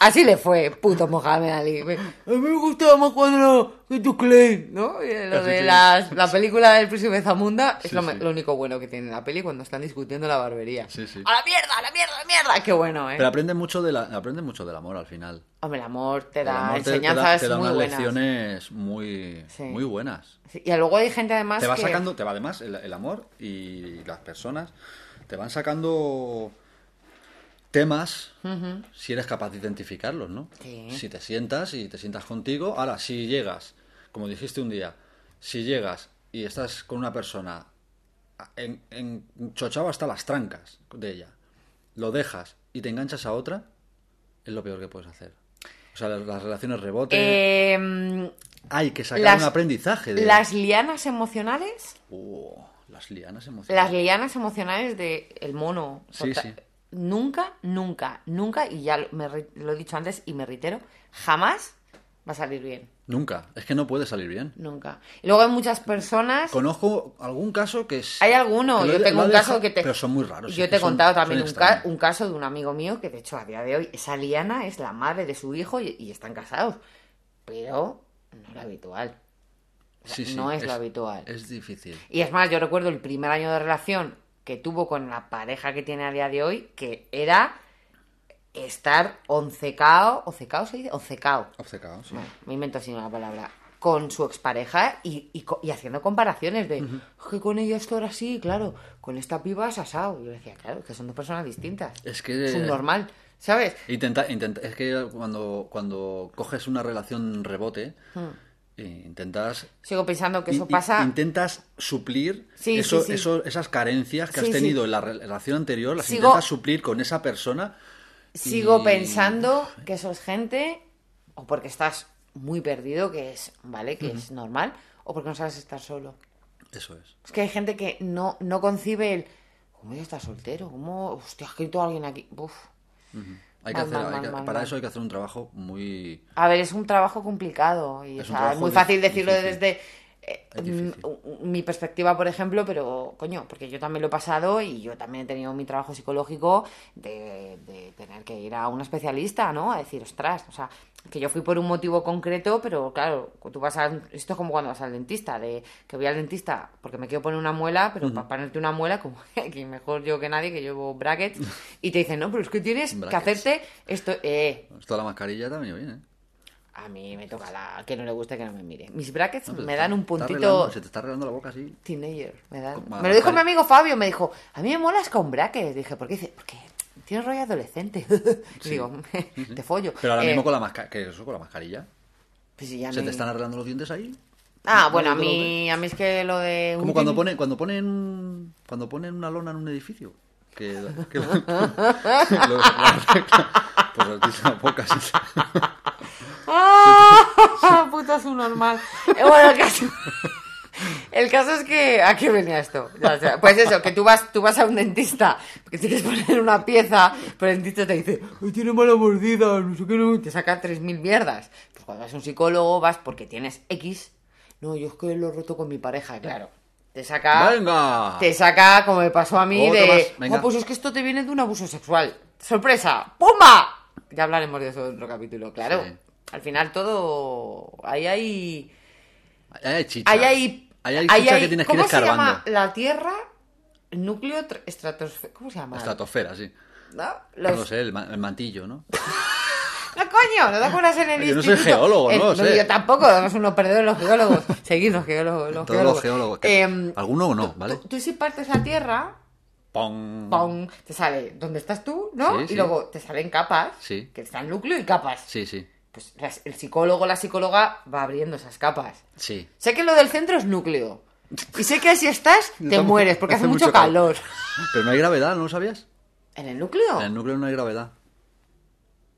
Así le fue, puto Mohamed Ali. A mí me gustaba más cuando que tu Klein, ¿no? Y Lo
Así
de
que-
las- la película del príncipe de Zamunda es
Sí,
lo, me-
sí.
lo único bueno que tiene la peli cuando están discutiendo la barbería.
Sí, sí.
¡A la mierda, a la mierda, a la mierda! ¡Qué bueno, eh!
Pero aprende mucho, de la, aprende mucho del amor al final.
Hombre, el amor te
El
da
amor te- te da-
enseñanzas
te da
muy
unas
buenas.
lecciones muy,
Sí.
muy buenas.
Sí, Y luego hay gente además
te va
que...
sacando, te va además el, el amor y las personas te van sacando temas si eres capaz de identificarlos, ¿no?
Sí.
Si te sientas y te sientas contigo. Ahora, si llegas, como dijiste un día, si llegas y estás con una persona en, en- chochado hasta las trancas de ella, lo dejas y te enganchas a otra, es lo peor que puedes hacer. O sea, las, las relaciones rebote.
Eh,
Hay que sacar
las-
un aprendizaje de
las lianas emocionales...
Uh, las lianas emocionales.
Las lianas emocionales de el mono.
Sí,
Tota-
sí.
Nunca, nunca, nunca, y ya lo, me re- lo he dicho antes y me reitero, jamás va a salir bien.
Nunca. Es que no puede salir bien.
Nunca. Y luego hay muchas personas.
Conozco algún caso que es.
Hay alguno,
que lo
yo
he-
tengo
lo he
un caso
dejado-
que te-
Pero son muy raros.
Yo
es
te he
que son-
contado también
son
un, ca-
extraños.
un caso de un amigo mío que, de hecho, a día de hoy, esa Liana es la madre de su hijo y, y están casados. Pero no es lo habitual.
Sí, sí,
no es lo habitual.
Es difícil.
Y es más, yo recuerdo el primer año de relación que tuvo con la pareja que tiene a día de hoy, que era estar oncecao, oncecao se dice, oncecao,
Obcecado, sí.
bueno, me invento así una palabra, con su expareja y, y co- y haciendo comparaciones de, "Es que con ella esto era así, claro, con esta piba es asado. Y yo decía, claro, es que son dos personas distintas.
Es que-
Es un normal, ¿sabes?
Intenta, intenta, es que cuando, cuando coges una relación rebote, eh, intentas.
Sigo pensando Hmm. que
i-
eso
i-
pasa...
Intentas suplir
Sí,
eso,
sí, sí.
eso- esas carencias que
Sí,
has
sí.
tenido en la re- relación anterior, las
Sigo-
intentas suplir con esa persona. y-
Sigo pensando que eso es gente, o porque estás muy perdido, que es, ¿vale? Que es normal, o porque no sabes estar solo.
Eso es.
Es que hay gente que no, no concibe el. ¿Cómo ya está soltero? ¿Cómo? Hostia, ha escrito alguien aquí. Uf.
Hay que
Mal,
hacer,
mal,
hay que-
mal, mal,
para
mal.
eso hay que hacer un trabajo muy.
A ver, es un trabajo complicado y o
Es un
sea, es
trabajo
muy fácil
dif-
decirlo
difícil.
desde eh,
Es difícil.
mm, mi perspectiva, por ejemplo, pero coño, porque yo también lo he pasado y yo también he tenido mi trabajo psicológico de, de tener que ir a un especialista, ¿no? A decir, ostras, o sea, que yo fui por un motivo concreto, pero claro, tú vas a... Esto es como cuando vas al dentista, de que voy al dentista porque me quiero poner una muela, pero para ponerte una muela, como que mejor yo que nadie, que llevo brackets, y te dicen, no, pero es que tienes que
Brackets.
hacerte esto... Eh,
Esto de la mascarilla también viene. ¿eh?
a mí me toca la que no le guste que no me mire. Mis brackets
No, pero
me
te-
dan un
te está
puntito
arreglando, se te está arreglando la boca así.
teenager. Me, dan-
Con-
me lo dijo
vale.
mi amigo Fabio, me dijo, a mí me molas con brackets. Dije, ¿por qué? Dice, porque tienes rollo adolescente. Y Digo, te follo.
Pero ahora
Eh,
mismo con la mascarilla. ¿Qué es eso? Con la mascarilla.
pues sí, ya
¿Se
me-
te están arreglando los dientes ahí?
Ah, bueno, a
No, no,
mí, a mí es que lo de...
Como cuando ponen, cuando ponen cuando ponen una lona en un edificio. Que, que- pues lo- la- pues aquí tampoco así.
¡Ah! Puto es un normal. Eh, Bueno, el caso... El caso es que... ¿A qué venía esto? Ya, o sea, pues eso, que tú vas, tú vas a un dentista porque tienes que poner una pieza, pero el dentista te dice, "Ay, tiene mala mordida, no sé qué, no... y te saca 3.000 mierdas. Pues cuando vas a un psicólogo vas porque tienes X. No, yo es que lo he roto con mi pareja, claro. Te saca...
¡Venga!
Te saca, como me pasó a mí,
Otro
de...
más, venga.
"Oh, pues es que esto te viene de un abuso sexual. ¡Sorpresa! ¡Pumba! Ya hablaremos de eso en otro capítulo, claro.
Sí.
Al final todo... Ahí hay...
Ahí hay chicha.
Ahí hay...
Ahí hay
ahí
chicha
hay-
que tienes que ir
¿Cómo se llama?
escarbando.
La Tierra... Núcleo estratosférico... ¿Cómo se llama?
Estratosfera, sí.
¿No?
No
Ah. Los-
lo sé, el, ma- el mantillo, ¿no?
No, coño, no te acuerdas en el
Yo no soy
instituto?
geólogo,
El-
no lo sé.
Yo tampoco, somos unos perdedores los geólogos. Seguid los geólogos. Los
Todos
geólogos.
los geólogos. que-
Em,
Alguno no, ¿vale?
tú- tú si partes la Tierra...
Pong.
¡pum! te sale dónde estás tú, ¿no?
Mm. Sí,
y
sí.
luego te salen capas,
Sí.
que están núcleo y capas.
Sí, sí.
Pues las- el psicólogo, la psicóloga va abriendo esas capas.
Sí.
Sé que lo del centro es núcleo. Y sé que si estás, te
Estamos-
mueres, porque hace, mucho calor.
Pero no hay gravedad, ¿no lo sabías?
¿En el núcleo?
En el núcleo no hay gravedad.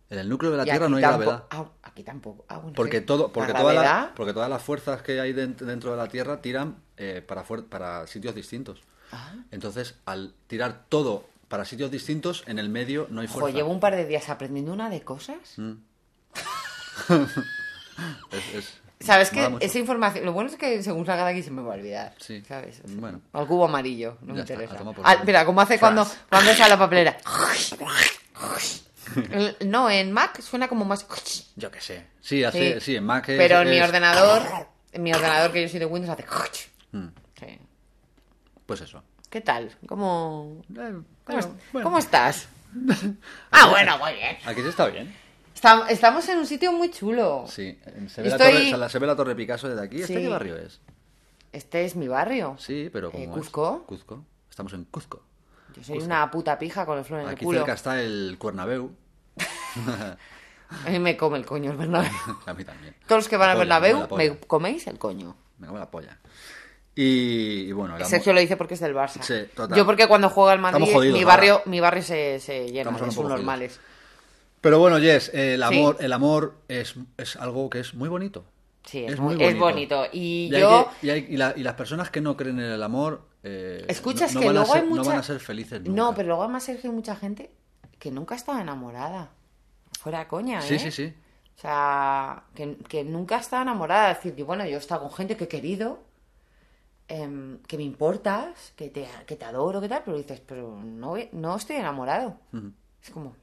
En el núcleo de la
Y
Tierra
aquí
no hay
tampo-
gravedad.
Ah, aquí tampoco. Ah, bueno,
Porque,
sí.
todo, porque,
La
toda la-
gravedad-
porque todas las fuerzas que hay dent- dentro de la Tierra tiran eh, para, fuer- para sitios distintos.
Ah.
Entonces, al tirar todo para sitios distintos, en el medio no hay
Ojo,
fuerza. Mm.
llevo un par de días aprendiendo una de cosas.
Es- es-
¿Sabes
mola
qué?
mucho.
Esa información. Lo bueno es que según salga de aquí se me va a olvidar.
Sí.
¿Sabes? O sea,
Bueno.
Al cubo amarillo. No me
Ya está,
interesa.
a tomar por
Ah,
culo.
mira, como hace
Fras.
cuando, cuando echa la papelera. El- No, en Mac suena como más.
Yo qué sé. Sí, hace, sí. en Mac es-
Pero en mi
es-
ordenador, en mi ordenador que yo soy de Windows hace.
Mm.
Sí.
Pues eso.
¿Qué tal? ¿Cómo,
Eh,
cómo,
bueno,
es-
bueno.
cómo estás? ah, bueno, muy bien.
Aquí se está bien.
Estam- Estamos en un sitio muy chulo.
Sí. eh, Se ve, la
Estoy-
torre, se la- se ve la Torre Picasso desde aquí. ¿Este
Sí.
qué barrio es?
Este es mi barrio.
Sí, pero como
Eh,
es-
¿Cusco?
Cuzco. Estamos en Cuzco.
Yo soy una puta pija con el flor en el
Aquí
culo.
cerca está el Cuernabéu.
A mí me come el coño el Bernabéu.
A mí también.
Todos los que van a
Polla,
ver la
la polla.
me coméis el coño.
Me como la polla. Y, y bueno, el amor-
Sergio lo dice porque es del Barça.
Sí, total.
Yo porque cuando juega el Madrid,
Estamos jodidos
mi barrio,
ahora.
mi barrio se, se llena
Estamos
de
un poco jodidos.
normales.
Pero bueno, Jess, el
Sí.
amor, el amor es, es algo que es muy bonito.
Sí, es muy- es bonito. Y
hay
yo-
que- y, hay- y la- y las personas que no creen en el amor. eh,
Escuchas
no- no
que
van a
luego hay
ser-
mucha...
No van a ser felices nunca.
No, pero luego además Sergio hay mucha gente que nunca estaba enamorada. Fuera coña, ¿eh?
Sí, sí, sí.
O sea, que, que nunca está enamorada. Es decir, que bueno, yo he estado con gente que he querido, em, que me importas, que te, que te adoro, que tal, pero dices, pero no, no estoy enamorado. Es como,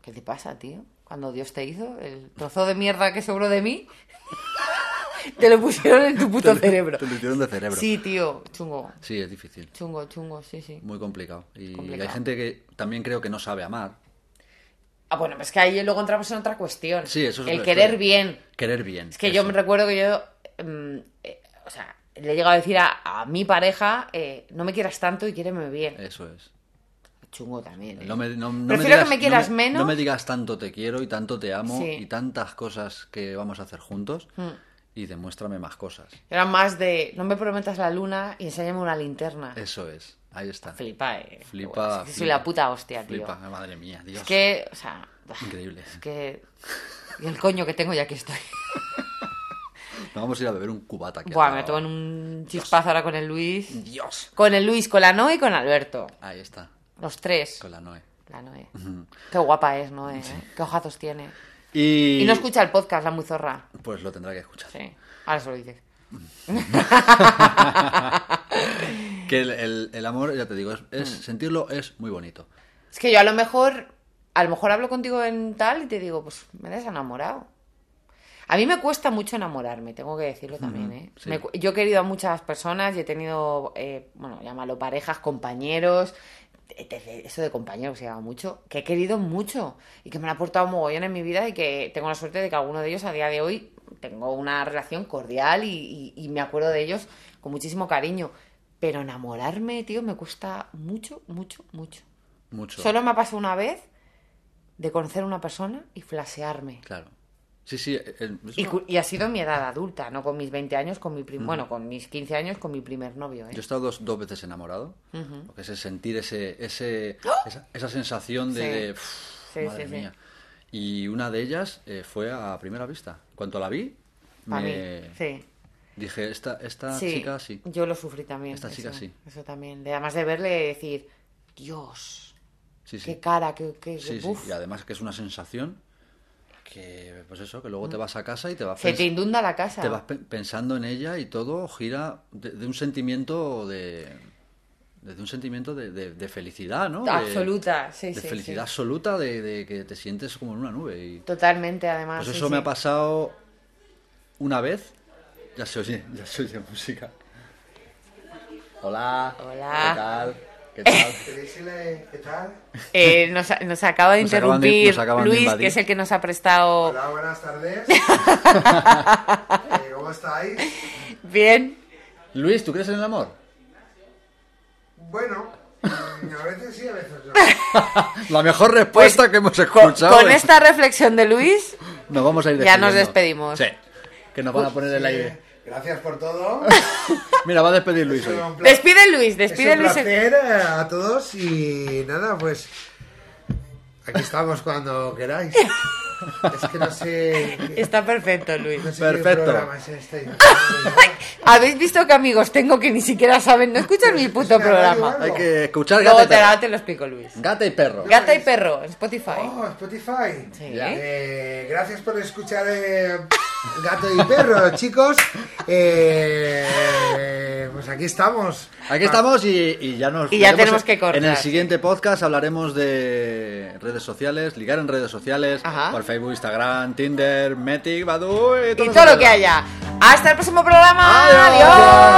¿qué te pasa, tío? Cuando Dios te hizo, el trozo de mierda que sobró de mí, te lo pusieron en tu puto cerebro.
Te metieron de cerebro.
Sí, tío, chungo.
Sí, es difícil.
Chungo, chungo, sí, sí.
Muy complicado. Y
Complicado.
hay gente que también creo que no sabe amar.
Ah, bueno, pues que ahí luego entramos en otra cuestión.
Sí, eso es
El
otra
querer
historia.
bien.
Querer bien.
Es que yo
eso.
me recuerdo que yo, mm, eh, o sea, le he llegado a decir a, a mi pareja, eh, no me quieras tanto y quiéreme bien.
Eso es.
Chungo también. ¿eh?
Eh, No me, no- no me
Prefiero
digas-
que me quieras
no
menos.
No me digas tanto te quiero y tanto te amo
Sí. Hmm.
y tantas cosas que vamos a hacer juntos y demuéstrame más cosas.
Era más de, no me prometas la luna y enséñame una linterna.
Eso es. Ahí está.
Flipa, eh.
Flipa,
Bueno, es que Soy
flipa.
la puta hostia, tío.
Flipa, madre mía, Dios.
Es que, o sea,
Increíble.
es que... Y el coño que tengo ya que estoy.
Nos vamos a ir a beber un cubata. que
Buah,
ha
me
dado.
tomo en un chispazo ahora con el Luis.
Dios.
Con el Luis, con la Noe y con Alberto.
Ahí está,
Los tres.
con la Noe.
La Noe. Qué guapa es Noe, ¿eh? Qué ojazos tiene.
Y...
Y no escucha el podcast, la muy zorra.
Pues lo tendrá que escuchar.
Sí. Ahora se lo dices.
Que el, el- el amor, ya te digo, es, es-
Hmm.
sentirlo es muy bonito.
Es que yo a lo mejor, a lo mejor hablo contigo en tal y te digo, pues me has enamorado. A mí me cuesta mucho enamorarme, tengo que decirlo también, ¿eh?
sí.
Me cu- yo he querido a muchas personas y he tenido, eh, bueno, llámalo parejas, compañeros, te- te- eso de compañeros se llama mucho, que he querido mucho y que me han aportado mogollón en mi vida y que tengo la suerte de que alguno de ellos a día de hoy tengo una relación cordial y, y- y me acuerdo de ellos con muchísimo cariño. Pero enamorarme, tío, me cuesta mucho, mucho, mucho.
Mucho.
Solo me ha pasado una vez de conocer a una persona y flasearme.
Claro. Sí, sí. eh, eh, es
Y,
una-
cu- y ha sido mi edad adulta, no con mis 20 años, con mi prim- bueno, con mis 15 años, con mi primer novio. ¿eh?
Yo he estado dos, dos veces enamorado. Lo que es el sentir ese, ese, esa, esa sensación de,
¡Oh! Sí.
de, "Uf,
Sí,
madre
sí, sí.
mía. Y una de ellas eh, fue a primera vista. Cuando la vi,
Pa'
me
mí. Sí.
dije, esta, esta
Sí,
chica sí.
Yo lo sufrí también.
Esta chica
eso,
sí.
Eso también. De- además de verle y decir, Dios,
Sí, sí.
qué cara, qué. qué
Sí, sí.
buf".
Y además que es una sensación que, pues eso, que luego te vas a casa y te vas,
Se
pens-
Mm. te inunda la casa.
te vas pe- pensando en ella y todo gira de, de un sentimiento de... de un sentimiento de, de- de felicidad, ¿no? De-
Absoluta, sí,
de
sí, sí.
felicidad absoluta, de, de que te sientes como en una nube. Y
Totalmente, además.
pues
Ah, sí,
eso me
sí.
ha pasado una vez. Ya se oye, ya se oye música. Hola.
Hola.
¿Qué tal? ¿Qué tal?
Decirle, ¿qué tal?
Eh, nos, nos acaba de
Nos acaban de-
interrumpir
nos acaban de
Luis,
invadir.
que es el que nos ha prestado.
Hola, buenas tardes. Eh, ¿Cómo estáis?
Bien.
Luis, ¿tú crees en el amor?
Bueno, mm, a veces sí, a veces no.
La mejor respuesta que hemos escuchado.
Pues Con
es-
esta reflexión de Luis,
Nos vamos a ir
Ya nos
despidiendo.
despedimos.
Sí. Que nos van a poner el aire.
Eh, Gracias por todo.
Mira, va a despedir Luis
Es
hoy.
un pla-
Despide Luis,
es
despide
un
Luis.
placer eh, a todos y nada, pues aquí estamos cuando queráis. Es que no sé...
Está perfecto, Luis.
no sé
Perfecto.
qué programa es este.
Habéis visto que amigos tengo que ni siquiera saben, no escuchan mi puto
Es que ahora
programa.
igual-
Hay que escuchar
Luego
gata y
te,
perro.
ahora te lo explico, Luis.
Gata y perro.
Gata y perro, en Spotify.
Oh, Spotify.
Sí.
Ya.
Eh, gracias por escuchar eh, Gato y Perro, chicos. Eh, pues aquí estamos.
Aquí estamos y, y ya nos.
Y ya tenemos
veremos en-
que cortar.
En el siguiente podcast hablaremos de redes sociales, ligar en redes sociales,
Ajá.
por Facebook, Instagram, Tinder, Metic, eh, Badu y todo,
Y
eso
todo lo
demás.
que haya. Hasta el próximo programa.
Adiós.
Adiós.